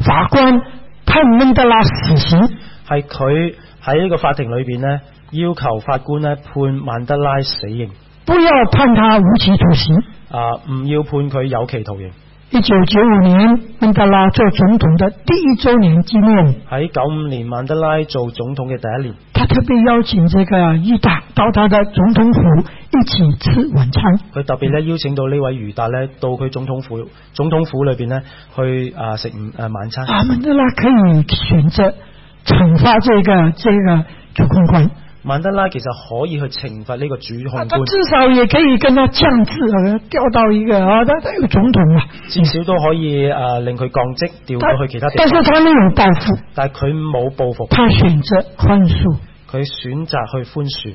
A: 法官判孟德拉死刑。
B: 係佢喺呢個法庭裏邊咧要求法官咧判曼德拉死刑，
A: 不要判他无期徒刑。
B: 啊唔要判佢有期徒刑。
A: 一九九五年，孟德拉做总统的第一周年纪念，
B: 喺九五年曼德拉做總統嘅第一年，
A: 他特别邀请这个伊达到他的总统府一起吃晚餐。
B: 佢特別咧邀請到呢位余達咧到佢總統府總統府裏邊咧去啊食午啊晚餐。
A: 啊，孟德拉可以选择惩罚这个这个主控官，
B: 曼德拉其實可以去懲罰呢個主
A: 啊
B: 控
A: 他
B: 官，
A: 至少也可以跟他降职，呃调到一个啊，他他有总统啊，
B: 至少都可以啊令佢降職調
A: 他
B: 到去其他地
A: 但
B: 方
A: 是。他没有报复，
B: 但係佢冇報復，
A: 他选择宽恕。
B: 佢選擇去寬恕。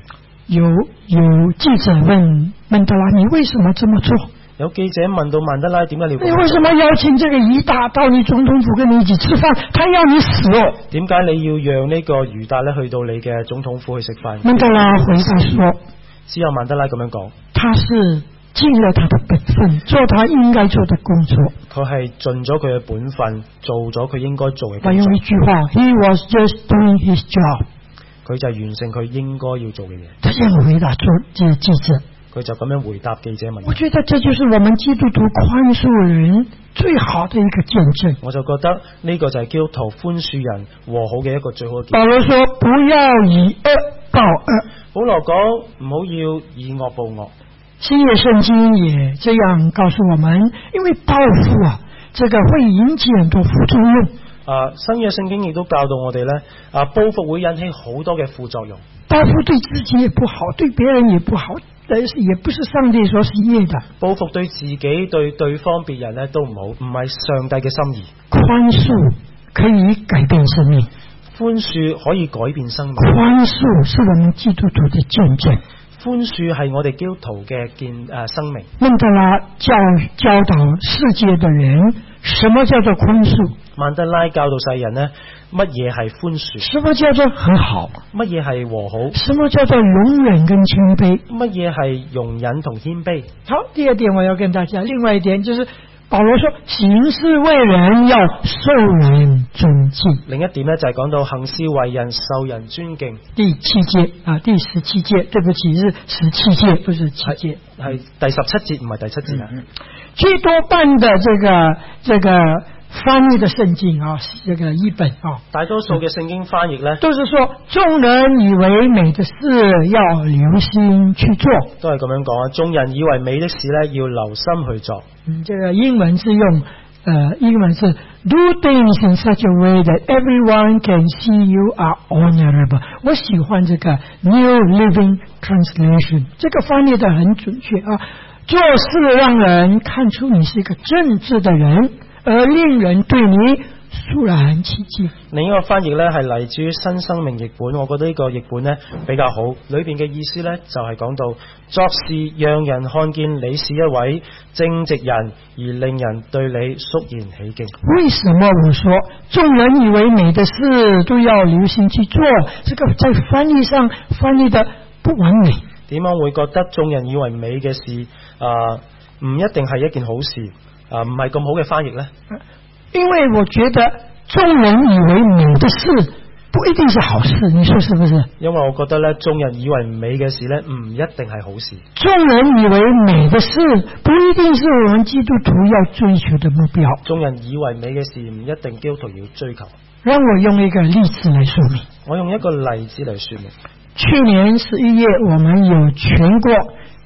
A: 有有记者问孟德拉：“你为什么这么做？”
B: 有記者問到曼德拉點解你要
A: 你
B: 咁
A: 为什
B: 做？
A: 么邀请这个一大到你总统府跟你一起吃饭？他要你死哦！
B: 點解你要讓呢個余達咧去到你嘅總統府去食飯？
A: 孟德拉回答说，
B: 之後曼德拉咁樣講，
A: 他是尽了他的本分，做他应该做的工作。
B: 佢係盡咗佢嘅本分，做咗佢應該做嘅
A: 我
B: 工
A: 用一
B: 作，
A: 句话，He was just doing his job。
B: 佢就係完成佢應該要做嘅嘢。
A: 他这样回答说这记者，
B: 佢就咁樣回答記者問
A: 我
B: 題。
A: 觉得这就是我们基督徒宽恕人最好的一个见证。
B: 我就覺得呢個就係基督徒寬恕人和好嘅一個最好嘅結果。
A: 保罗说：“不要以恶报恶。”
B: 保羅講唔好要以惡報惡。
A: 新约圣经也这样告诉我们，因为报复啊，这个会引起很多副作用。
B: 啊，新嘅聖經亦都教導我哋呢，啊，報復會引起好多嘅副作用。
A: 报复对自己也不好，对别人也不好，但是也不是上帝所喜悦的。
B: 報復對自己、對對方、別人呢都唔好，唔係上帝嘅心意。
A: 宽恕可以改变生命，
B: 寬恕可以改變生命，
A: 宽恕是我们基督徒的见证。
B: 寬恕係我哋基督徒嘅見誒、啊生命。
A: 孟德拉教教导世界的人，什么叫做宽恕，
B: 曼德拉教導世人呢，乜嘢係寬恕，
A: 什么叫做和好，
B: 乜嘢係和好，
A: 什么叫做容忍跟谦卑。
B: 乜嘢係容忍同謙卑。
A: 好，第二点我要跟大家，另外一点就是保罗说，行事为人要受人尊敬。
B: 另一點呢，就係、講到行事為人受人尊敬，
A: 第七节啊，第十七节，对不起，是十七节，不是七节。嗯
B: 係第十七節唔係第七節啊。
A: 最多半的这个这个翻译的圣经啊，是这个译本啊，
B: 大多數嘅聖經翻譯呢，
A: 都是说众人以为美的事要留心去做。
B: 都係咁樣講啊。眾人以為美的事呢，要留心去做。
A: 嗯，这个英文是用呃，英文是 do things in such a way that everyone can see you are honorable。我喜欢这个 New Living Translation，这个翻译的很准确啊。做事让人看出你是一个正直的人，而令人对你肃然起敬。
B: 另一個翻譯呢係嚟自於新生命譯本，我覺得呢個譯本呢比較好。裏邊嘅意思呢就係、講到作事讓人看見你是一位正直人，而令人對你肅然起敬。
A: 为什么我说众人以为美的事都要留心去做？这个在翻译上翻译的不完美。
B: 點樣會覺得眾人以為美嘅事啊，唔、一定係一件好事啊，唔係咁好嘅翻譯呢？
A: 因为我觉得众人以为美的事不一定是好事，你说是不是？
B: 因為我覺得呢，眾人以為美嘅事呢，唔一定係好事。
A: 众人以为美的事不一定是我们基督徒要追求的目标。
B: 眾人以為美嘅事唔一定基督徒要追求。
A: 让我用一个例子来说明。
B: 我用一個例子嚟說明。
A: 去年十一月，我们有全国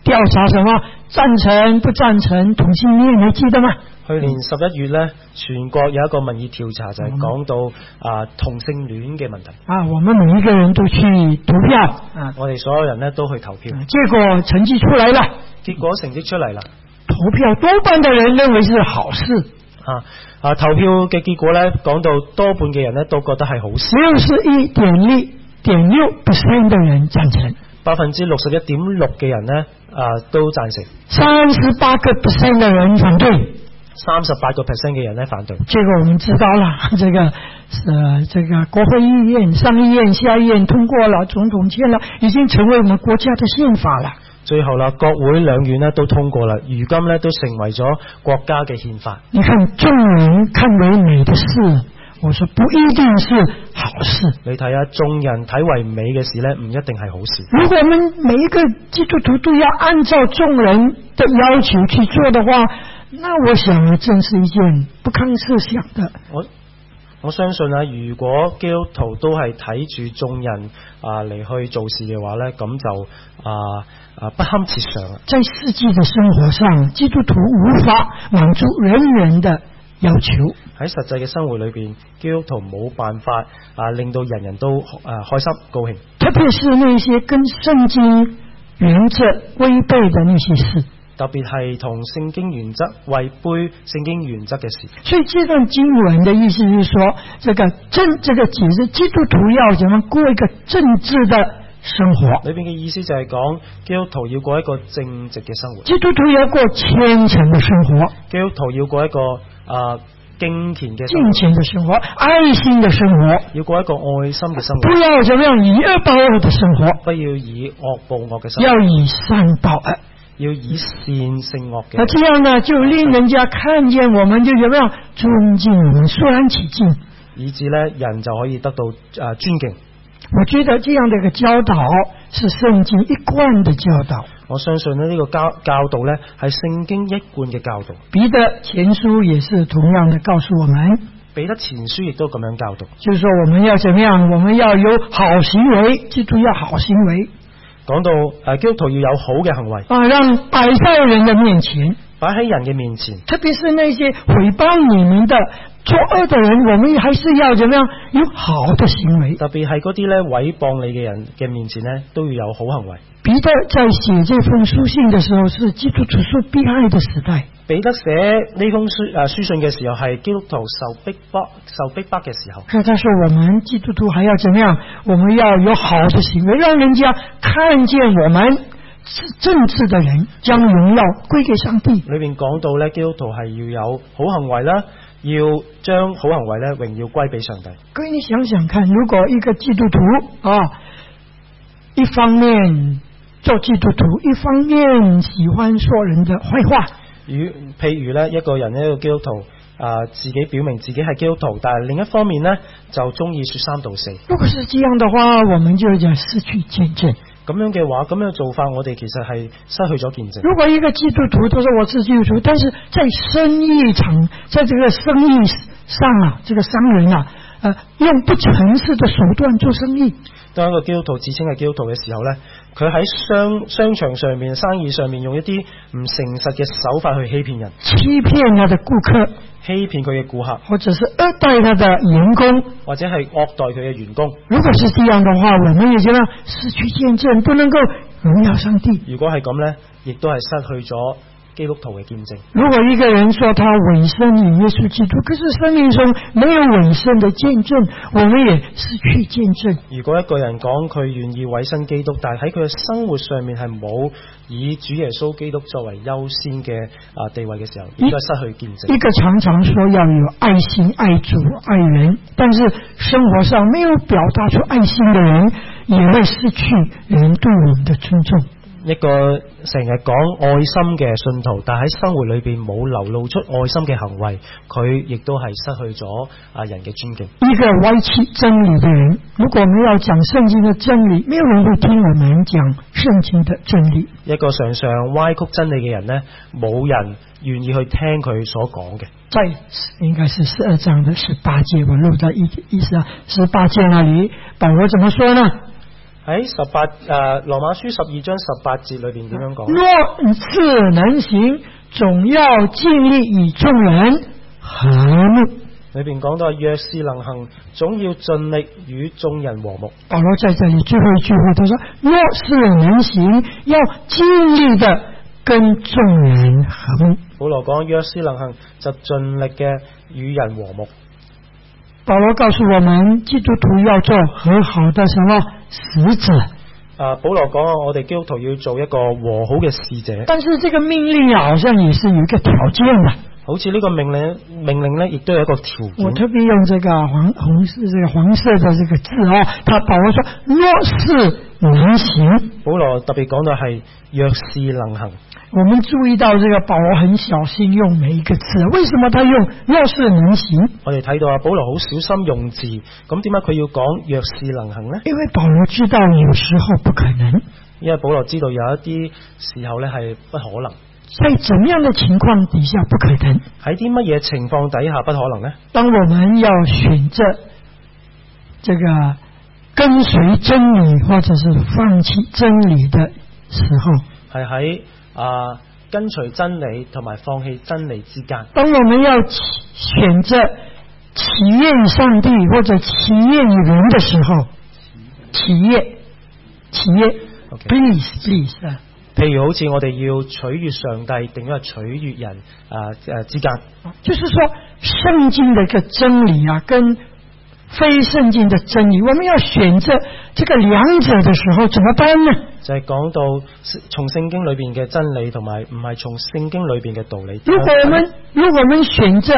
A: 调查什么赞成不赞成同性恋，还记得吗？
B: 去年十一月呢，全國有一個民意調查就係講到啊同性戀嘅問題，
A: 啊，我们每一个人都去投票啊，嗯
B: 我哋所有人呢都去投票，
A: 结果成绩出来了，
B: 結果成績出嚟啦，
A: 投票多半的人认为是好事，
B: 啊啊！投票嘅結果咧，講到多半嘅人咧都覺得係好事，
A: 只有是一点六点六 percent 的人赞成，
B: 百分之六十一點六嘅人咧啊都贊成，
A: 三十八个 percent 的人反对。
B: 三十八個 percent 嘅人咧反對。
A: 结果我们知道了， *laughs* 这个呃，这个国会议院、上议院、下议院通过了，总统签了，已经成为我们国家的宪法了。
B: 最後啦，國會兩院咧都通過啦，如今咧都成為咗國家嘅憲法。
A: 你看，众人看为美的事，我说不一定是好事。
B: 你睇下，眾人睇為美嘅事咧，唔一定係好事。
A: 如果我们每一个基督徒都要按照众人的要求去做的话，那我想真是一件不堪设想的。
B: 我我相信啊，如果基督徒都係睇住眾人啊嚟去做事嘅話咧，咁就啊啊不堪設想啊！
A: 在实际的生活上，基督徒无法满足人人的要求。
B: 喺實際嘅生活裏邊，基督徒冇辦法啊令到人人都啊開心高興，
A: 特别是那些跟圣经原则违背的那些事。
B: 特別係同聖經原則違背聖經原則嘅事。
A: 所以这段经文的意思是说，这个政这个解释基督徒要怎么过一个政治的生活，
B: 裏邊嘅意思就係講基督徒要過一個正直嘅生活，
A: 基督徒要过虔诚的生活、
B: 基督徒要過一個啊敬虔嘅生
A: 敬
B: 活，
A: 虔的生活、爱心的生活，
B: 要過一個愛心嘅生
A: 不
B: 活，
A: 要怎么样以恶报恶的生活，
B: 不要以惡報惡嘅生活。
A: 要以善报恶。
B: 要以善勝惡
A: 那
B: 嘅，
A: 这样呢，就令人家看见我们就怎么样尊敬我们，肃然起敬。
B: 以致咧人就可以得到啊尊敬。
A: 我觉得这样的一个教导是圣经一贯的教导。
B: 我相信咧呢個教教導咧係聖經一貫嘅教導。
A: 彼得前书也是同样的告诉我们，
B: 彼得前書亦都咁樣教導，
A: 就是说我们要怎么样，我们要有好行为，基督要好行为
B: 講到诶、啊基督徒要有好嘅行為，
A: 啊，让摆在人的面前，
B: 擺喺人嘅面前，
A: 特别是那些诽谤你们的作恶的人，我们还是要怎么样有好的行为。
B: 特別係嗰啲咧毀謗你嘅人嘅面前咧，都要有好行為。
A: 彼得在写这封书信的时候，是基督徒受迫害的时代。
B: 彼得寫呢封書诶、啊、書信嘅時候，係基督徒受逼迫、受逼迫嘅時候。
A: 可是他说，我们基督徒还要怎么样？我们要有好的行为，让人家看见我们是正直的人，将荣耀归给上帝。
B: 裏边講到咧，基督徒係要有好行為啦，要將好行為咧榮耀歸俾上帝。
A: 各位，你想想看，如果一个基督徒啊，一方面做基督徒，一方面喜欢说人的坏话，
B: 如譬如咧，一個人呢一個基督徒啊、自己表明自己係基督徒，但係另一方面呢，就中意説三道四。
A: 如果是这样的话，我们就要失去见证。
B: 咁樣嘅話，咁樣嘅做法，我哋其實係失去咗見證。
A: 如果一个基督徒他说我是基督徒，但是在生意场，在这个生意上啊，这个商人啊，呃，用不诚实的手段做生意，
B: 當一個基督徒自稱係基督徒嘅時候呢，佢喺商商場上面、生意上面用一啲唔誠實嘅手法去欺騙人，
A: 欺骗他的顾客，
B: 欺騙佢嘅顧客，
A: 或者是虐待他的员工，
B: 或者係惡待佢嘅員工。
A: 如果是这样的话，我们也就要失去见证，不能够荣耀上帝。
B: 如果係咁呢，亦都係失去咗基督徒嘅見證。
A: 如果一个人说他委身于耶稣基督，可是生命中没有委身的见证，我们也失去见证。
B: 如果一個人講佢願意委身基督，但係喺佢嘅生活上面係冇以主耶穌基督作為優先嘅啊地位嘅時候，應該失去見
A: 一
B: 證。
A: 个常常说要有爱心、爱主、爱人，但是生活上没有表达出爱心的人，也会失去人对我们的尊重。
B: 一個成日講愛心嘅信徒，但喺生活裏邊冇流露出愛心嘅行為，佢亦都係失去咗啊人嘅尊敬。
A: 一个歪曲真理的人，如果我们要讲圣经的真理，没有人会听我们讲圣经的真理。
B: 一個常常歪曲真理嘅人呢，冇人願意去聽佢所講嘅。
A: 在应该是十二章的十八节，我录在一一十十八节那里，保罗怎么说呢？
B: 喺十八啊誒羅馬書十二章十八節裏邊點樣講？
A: 若自能行，总要尽力以众人和睦。
B: 裏边講到，若是能行，總要盡力與眾人和睦。
A: 保罗在这里最后一句话，他说：“若是能行，要尽力的跟众人和睦。
B: 保羅講：若是能行，就盡力嘅與人和睦。
A: 保罗告诉我们，基督徒要做和好的什么使者，
B: 啊，保羅講啊，我哋基督徒要做一個和好嘅使者。
A: 但是这个命令啊，好像也是有一个条件的。
B: 好似呢個命令命令呢，亦都有一個條
A: 我
B: 件。
A: 特别用这个黄红色这个黄色的这个字哦，他保罗说，若是能行，
B: 保羅特別講到係若是能行。
A: 我们注意到这个保罗很小心用每一个字，为什么他用若是能行？
B: 我哋睇到啊，保羅好小心用字，咁點解佢要講若是能行呢？
A: 因为保罗知道有时候不可能，
B: 因為保羅知道有一啲時候呢係不可能，
A: 在怎么样的情况底下不可能？
B: 喺啲乜嘢情況底下不可能呢？
A: 当我们要选择这个跟随真理或者是放弃真理的时候，
B: 係喺啊跟隨真理同埋放棄真理之間。
A: 当我们要起选择祈愿上帝或者祈愿人的时候，祈愿，祈愿
B: OK
A: ，please please 啊，
B: 譬如好似我哋要取悦上帝，定係取悦人啊誒、之間。
A: 就是说圣经的一个真理啊，跟非圣经的真理，我们要选择这个两者的时候，怎么办呢？
B: 就係講到從聖經裏邊嘅真理，同埋唔係從聖經裏邊嘅道理。
A: 如果我们如果我们选择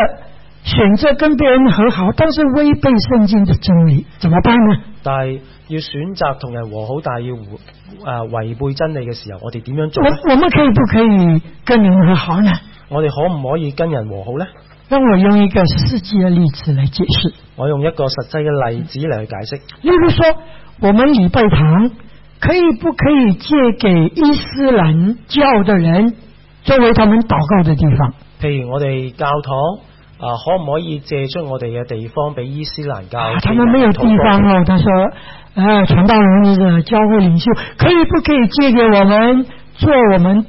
A: 选择跟别人和好，但是违背圣经的真理，怎么办呢？
B: 但係要選擇同人和好，但係要胡啊違背真理嘅時候，我哋點樣做呢？
A: 我我们可以不可以跟人和好呢？
B: 我哋可唔可以跟人和好呢？
A: 让我用一个实际的例子来解释。
B: 我用一個實際嘅例子嚟去解釋。
A: 例如说，我们礼拜堂可以不可以借给伊斯兰教的人作为他们祷告的地方？
B: 譬如我哋教堂啊，可唔可以借出我哋嘅地方俾伊斯蘭教
A: 啊，
B: 嘅
A: 他们没有
B: 人
A: 地
B: 禱告？
A: 方哦。他说，呃，传道人那个教会领袖，可以不可以借给我们做我们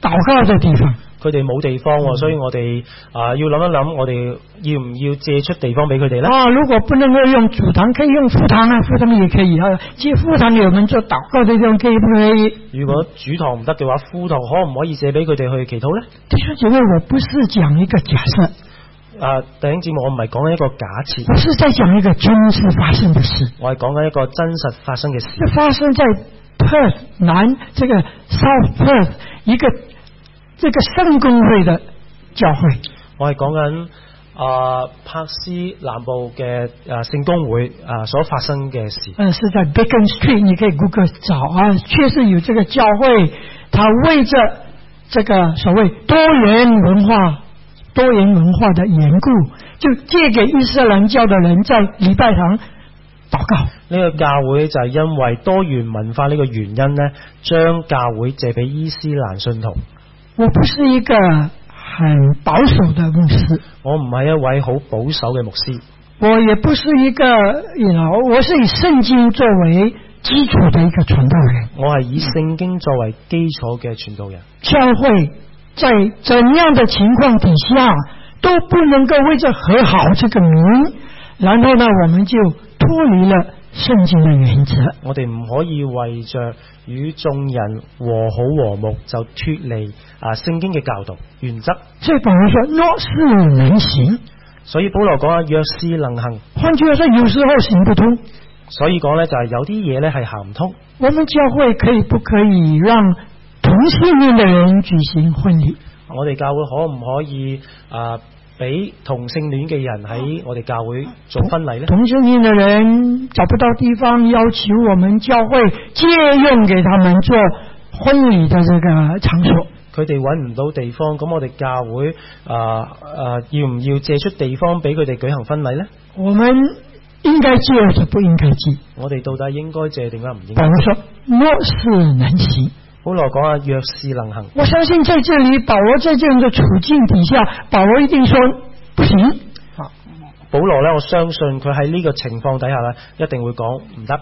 A: 祷告的地方？
B: 佢哋冇地
A: 嗯
B: 方喎，所以我哋啊要諗一諗，我哋要唔要借出地方俾佢哋呢？
A: 啊，如果不能够用主堂，可以用副堂啊，副堂也可以啊。借副堂给我们做祷告的地方，可以不可以？
B: 如果主堂唔得嘅話，副堂可唔可以借俾佢哋去祈禱呢？
A: 弟兄姐妹，我不是讲一个假设，
B: 啊，弟兄姊妹，我唔係講緊一個假
A: 我
B: 設，
A: 是在讲一个真实发生的事。
B: 我係講緊一個真實發生嘅事。
A: 这发生在 Perth 南这个 South Perth 一个这个圣公会的教会。
B: 我係講緊啊帕斯南部嘅啊聖公會啊所發生嘅事，
A: 呃，是在 Beacon Street，你可以 Google 找啊，确实有这个教会，它为着这个所谓多元文化、多元文化的缘故，就借给伊斯兰教的人在礼拜堂祷告。
B: 呢、個教會就係因為多元文化呢個原因呢，將教會借俾伊斯蘭信徒。
A: 我不是一个很保守的牧师，
B: 我唔係一位好保守嘅牧師，
A: 我也不是一个，you know，我是以圣经作为基础的一个传道人。
B: 我係以聖經作為基礎嘅傳道人。
A: 教会在怎样的情况底下都不能够为着和好这个名，然后呢，我们就脱离了圣经的原则。
B: 我哋唔可以為着與眾人和好和睦就脱離啊聖經嘅教導原則。
A: 所以保罗说，若是能行，
B: 所以保羅講啊，若是能行，
A: 换句话说，有时候行不通。
B: 所以講呢，就係有啲嘢呢係行唔通。
A: 我们教会可以不可以让同性恋的人举行婚礼？
B: 我哋教會可唔可以啊俾、同性戀嘅人喺我哋教會做婚禮呢？
A: 同性恋的人找不到地方，要求我们教会借用给他们做婚礼的这个场所。
B: 佢哋揾唔到地方，咁我哋教會啊啊要唔要借出地方俾佢哋舉行婚禮呢？
A: 我们应该借还是不应该借？
B: 我哋到底應該借定係唔應
A: 保
B: 該？
A: 罗说：“莫是难行。
B: 保羅講啊，若是能行”，
A: 我相信在这里，保罗在这样的处境底下，保罗一定说不行。
B: 保羅呢，我相信佢喺呢個情況底下呢，一定會講唔得，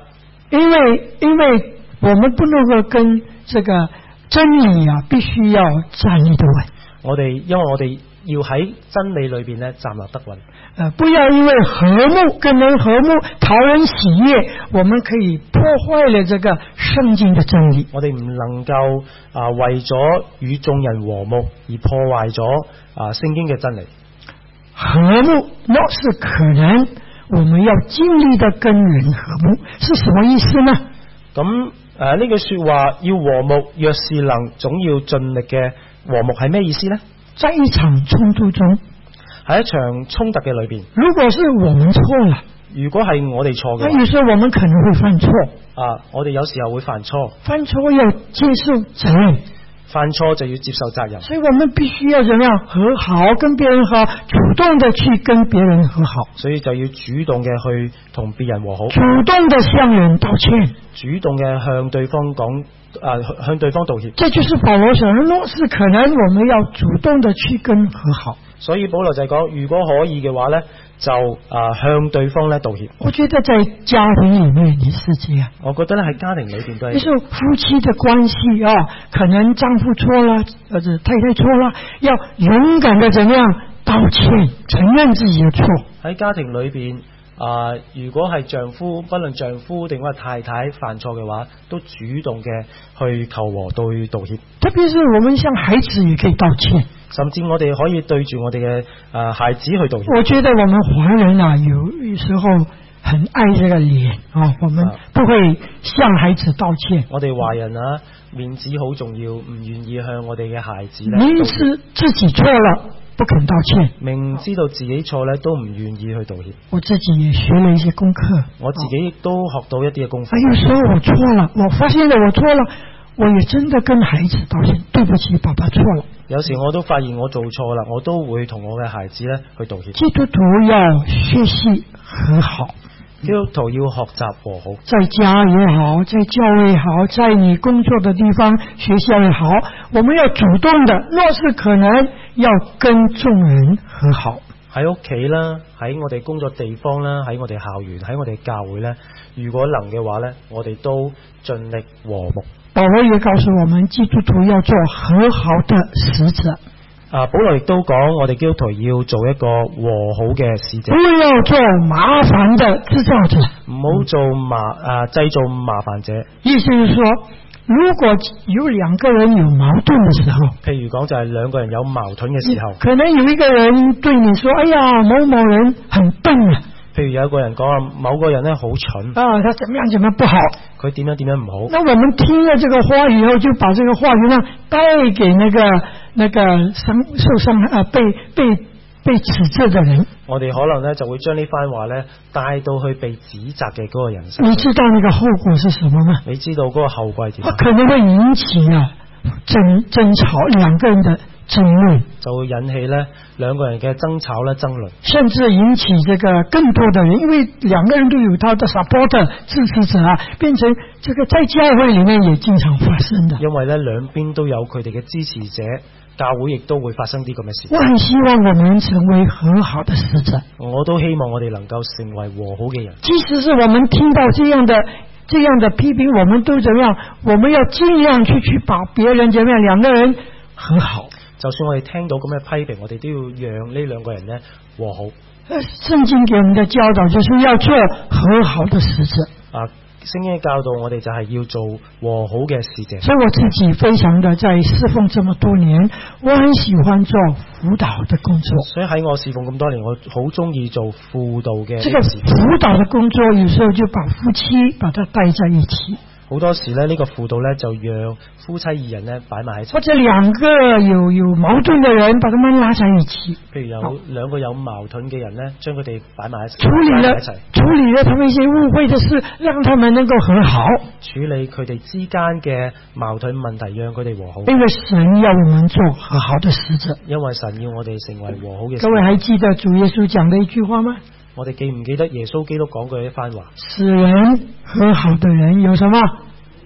A: 因为因为我们不能够跟这个真理啊，必须要站立得稳。
B: 我哋因為我哋要喺真理裏邊咧站立得穩。
A: 呃，不要因为和睦跟人和睦讨人喜悦，我们可以破坏了这个圣经的真理。
B: 我哋唔能夠啊為咗與眾人和睦而破壞咗啊聖經嘅真理。
A: 和睦那是可能，我们要尽力的跟人和睦，是什么意思呢？
B: 咁誒呢句説話要和睦，若是能，總要盡力嘅和睦係咩意思呢？
A: 在一场冲突中，
B: 喺一場衝突嘅裏邊，
A: 如果是我们错了，
B: 如果係我哋錯
A: 那
B: 嘅
A: 有时候我们可能会犯错，
B: 話，啊我哋有時候會犯錯，
A: 犯错要接受责任，
B: 犯錯就要接受責任。
A: 所以我们必须要怎么样和好，跟别人和好，主动的去跟别人和好，
B: 所以就要主動嘅去同別人和好，
A: 主动的向人道歉。
B: 主動嘅向對方講，啊向向對方道歉。
A: 这就是保罗说，若是可能，我们要主动的去跟和好。
B: 所以保羅就係講，如果可以嘅話呢，就啊向對方咧道歉。
A: 我觉得在家庭里面也是这样，
B: 我覺得咧喺家庭裏邊都
A: 就
B: 係
A: 是夫妻的关系啊，可能丈夫错了，或者太太错了，要勇敢的怎么样道歉，承认自己的错。
B: 喺家庭裏邊啊，如果係丈夫，不論丈夫定或者太太犯錯嘅話，都主動嘅去求和對道歉，
A: 特别是我们向孩子也可以道歉。
B: 甚至我哋可以對住我哋嘅啊孩子去道歉。
A: 我觉得我们华人啊，有时候很爱这个脸啊，我们不会向孩子道歉，
B: 我哋華人啊，面子好重要，唔願意向我哋嘅孩子咧
A: 明
B: 道歉
A: 知自己错了不肯道歉。
B: 明知道自己錯咧，都唔願意去道歉。
A: 我自己也学了一些功课，
B: 我自己亦都學到一啲嘅功
A: 哎，
B: 課。
A: 有时候我错了，我发现了我错了，我也真的跟孩子道歉，对不起，爸爸错了。
B: 有時我都發現我做錯啦，我都會同我嘅孩子咧去道歉。
A: 基督徒要学习和好，
B: 基督徒要學習和好，
A: 在家也好，在教会也好，在你工作的地方、学校也好，我们要主动的，若是可能，要跟众人和好。
B: 喺屋企啦，喺我哋工作地方啦，喺我哋校園，喺我哋教會咧，如果能嘅話咧，我哋都盡力和睦。
A: 保罗也告诉我们，基督徒要做和好的使者，
B: 啊，保羅亦都講，我哋基督徒要做一個和好嘅使者
A: 不，要做麻烦的制造者。
B: 唔好做麻啊製造麻煩者。
A: 意思是说，如果有两个人有矛盾的时候，
B: 譬如講就係兩個人有矛盾嘅時候，
A: 可能有一个人对你说：“哎呀，某某人很笨啊，
B: 譬如有一個人講啊，某個人咧好蠢，
A: 啊，他怎么样怎么样不好。
B: 佢點樣點樣唔好”。
A: 那我们听了这个话以后，就把这个话语呢带给那个那个伤受伤害啊被被被指责的人。
B: 我哋可能咧就會將呢番話咧帶到去被指責嘅嗰個人身上。
A: 你知道那个後果是什么吗？
B: 你知道嗰個後果係點
A: 它
B: 啊？
A: 可能会引起啊争争吵，两个人的争论，
B: 就會引起咧兩個人嘅爭吵咧爭論，
A: 甚至引起这个更多的人，因为两个人都有他的 supporter 支持者啊，变成这个在教会里面也经常发生的。
B: 因為咧兩邊都有佢哋嘅支持者，教會亦都會發生啲咁嘅
A: 我
B: 事。
A: 很希望我们成为很好的使者，
B: 我都希望我哋能夠成為和好嘅人，
A: 即使是我们听到这样的这样的批评，我们都怎么样？我们要尽量去去把别人怎么样？两个人和好。
B: 就算我哋聽到咁嘅批評，我哋都要讓呢兩個人咧和好。
A: 呃，圣经给我们的教导就是要做和好的使者，
B: 啊，聖經教導我哋就係要做和好嘅使者。
A: 所以我自己非常的在侍奉这么多年，我很喜欢做辅导的工作。
B: 所以喺我侍奉咁多年，我好中意做輔導嘅
A: 这个
B: 呢個事。
A: 辅导的工作有时候就把夫妻把它带在一起，
B: 好多時咧，呢、個輔導咧就讓夫妻二人咧擺埋喺一齊
A: 或。者两个有有矛盾的人把他们拉在一起，
B: 譬如有兩個有矛盾嘅人咧，將佢哋擺埋一齊，
A: 处理
B: 擺
A: 了
B: 埋一齊
A: 处理了他们一些误会的事，让他们能够和好。
B: 處理佢哋之間嘅矛盾問題，讓佢哋和好。
A: 因为神要我们做和好的使者。
B: 因為神要我哋成為和好嘅
A: 各位
B: 人。
A: 还记得主耶稣讲的一句话吗？
B: 我哋記唔記得耶穌基督講過一番話？
A: 使人和好的人有什么？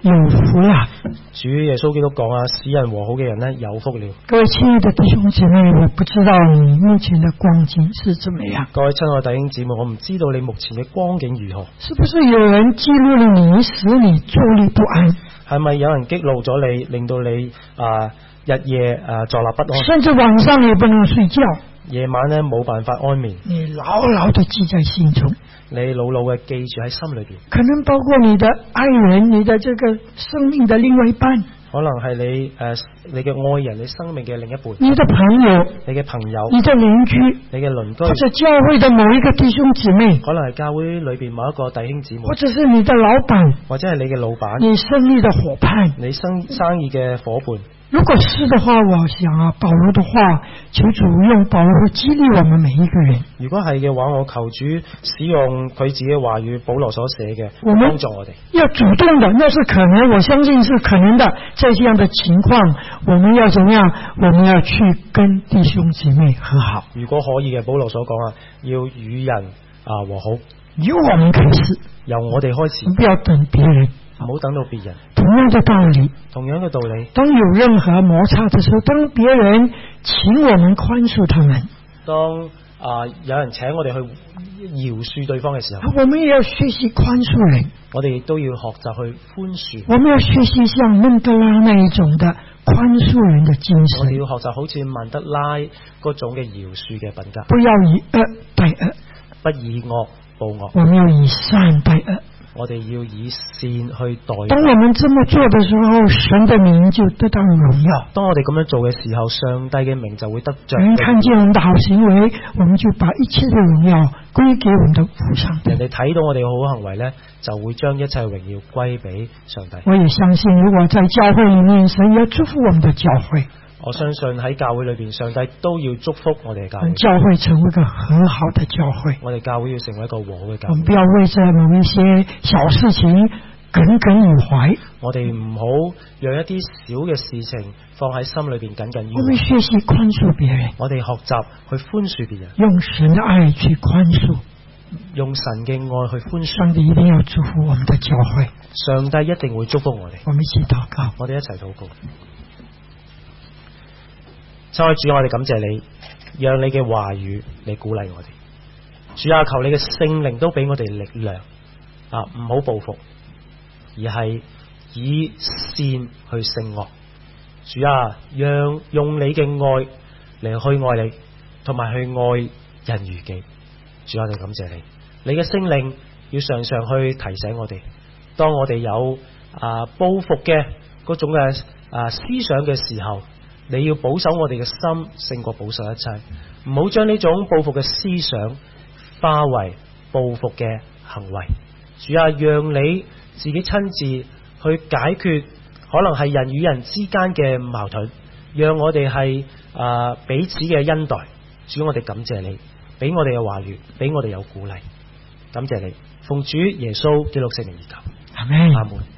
A: 有福啊了！
B: 主耶穌基督講啊，使人和好嘅人咧有福了。
A: 各位亲爱的弟兄姐妹，我不知道你目前的光景是怎么样，
B: 各位親愛弟兄姊妹，我唔知道你目前嘅光景如何，
A: 是不是有人激怒了你，使你坐立不安？
B: 係咪有人激怒咗你，令到你啊日夜诶、呃坐立不安，
A: 甚至晚上也不能睡觉，
B: 夜晚咧冇辦法安眠，
A: 你牢牢的记在心中。
B: 你牢牢嘅記住喺心裏边，
A: 可能包括你的爱人、你的这个生命的另外一半、
B: 可能係你诶、呃你嘅愛人、你生命嘅另一半、
A: 你的朋友、
B: 你嘅朋友、
A: 你的邻居，
B: 你嘅鄰
A: 或
B: 居，
A: 者教会的某一个弟兄姊妹，
B: 可能係教會裏边某一個弟兄姊妹，
A: 或者是你的老板、
B: 或者係你嘅老闆、
A: 你生意的伙伴。
B: 你生生意嘅伙伴。
A: 如果是的话，我想啊，保罗的话，求主用保罗会激励我们每一个人。
B: 如果係嘅話，我求主使用佢自己嘅話語，保羅所寫嘅
A: 我們
B: 幫助我哋。
A: 要主动的，那是可能，我相信是可能的。在这样的情况，我们要怎么样？我们要去跟弟兄姐妹和好，
B: 如果可以嘅，保羅所講啊，要與人啊和好，
A: 由我们开始，
B: 由我哋開始，
A: 不要等别人。
B: 唔好等到別人。
A: 同样的道理，
B: 同樣嘅道理，
A: 当有任何摩擦的时候，当别人请我们宽恕他们，
B: 當啊、有人請我哋去饒恕對方嘅時候，
A: 我们也要学习宽恕人，
B: 我哋亦都要學習去寬恕。
A: 我们要学习像孟德拉那一种的宽恕人的精
B: 我哋
A: 神，
B: 要學習好似曼德拉嗰種嘅饒恕嘅品格，
A: 不要以恶待恶，
B: 不以惡報惡。
A: 我们要以善待恶。
B: 我哋要以善去待
A: 当我们这么做的时候，神的名就得到荣耀。
B: 當我哋咁樣做嘅時候，上帝嘅名就會得着。
A: 人看见我们的好行为，我们就把一切的荣耀归给我们的父上帝
B: 人。哋睇到我哋嘅好行為呢，就會將一切榮耀歸俾上帝。
A: 我也相信，如果在教会里面，神要祝福我们的教会，
B: 我相信喺教會裏边，上帝都要祝福我哋嘅教會
A: 让。教会成为一个很好的教会。
B: 我哋教會要成為一個和好嘅教
A: 我们
B: 會。
A: 不要为这某一些小事情耿耿于怀，
B: 我哋唔好讓一啲小嘅事情放喺心裏边緊緊
A: 我们
B: 於
A: 学习宽恕别人，
B: 我。我哋學習去寬恕別人，
A: 用神的爱去宽恕。
B: 用神嘅愛去寬恕。
A: 上帝一定要祝福我们的教会。
B: 上帝一定會祝福我哋。
A: 我们一起祷告。
B: 啊我哋一齊禱告。親愛主，我哋感謝你，讓你嘅話語嚟鼓勵我哋。主啊，求你嘅聖靈都俾我哋力量啊，唔好報復，而係以善去勝惡。主啊，讓用你嘅愛嚟去愛你，同埋去愛人如己。主啊，我哋感謝你，你嘅聖靈要常常去提醒我哋，當我哋有啊報復嘅嗰種嘅啊思想嘅時候，你要保守我哋嘅心勝過保守一切，唔好將呢種報復嘅思想化為報復嘅行為。主啊，讓你自己親自去解決可能係人與人之間嘅矛盾，讓我哋係啊彼此嘅恩待。主，我哋感謝你，俾我哋嘅話語，俾我哋有鼓勵。感謝你，奉主耶穌基督聖名而求，
A: 阿门。
B: 阿門。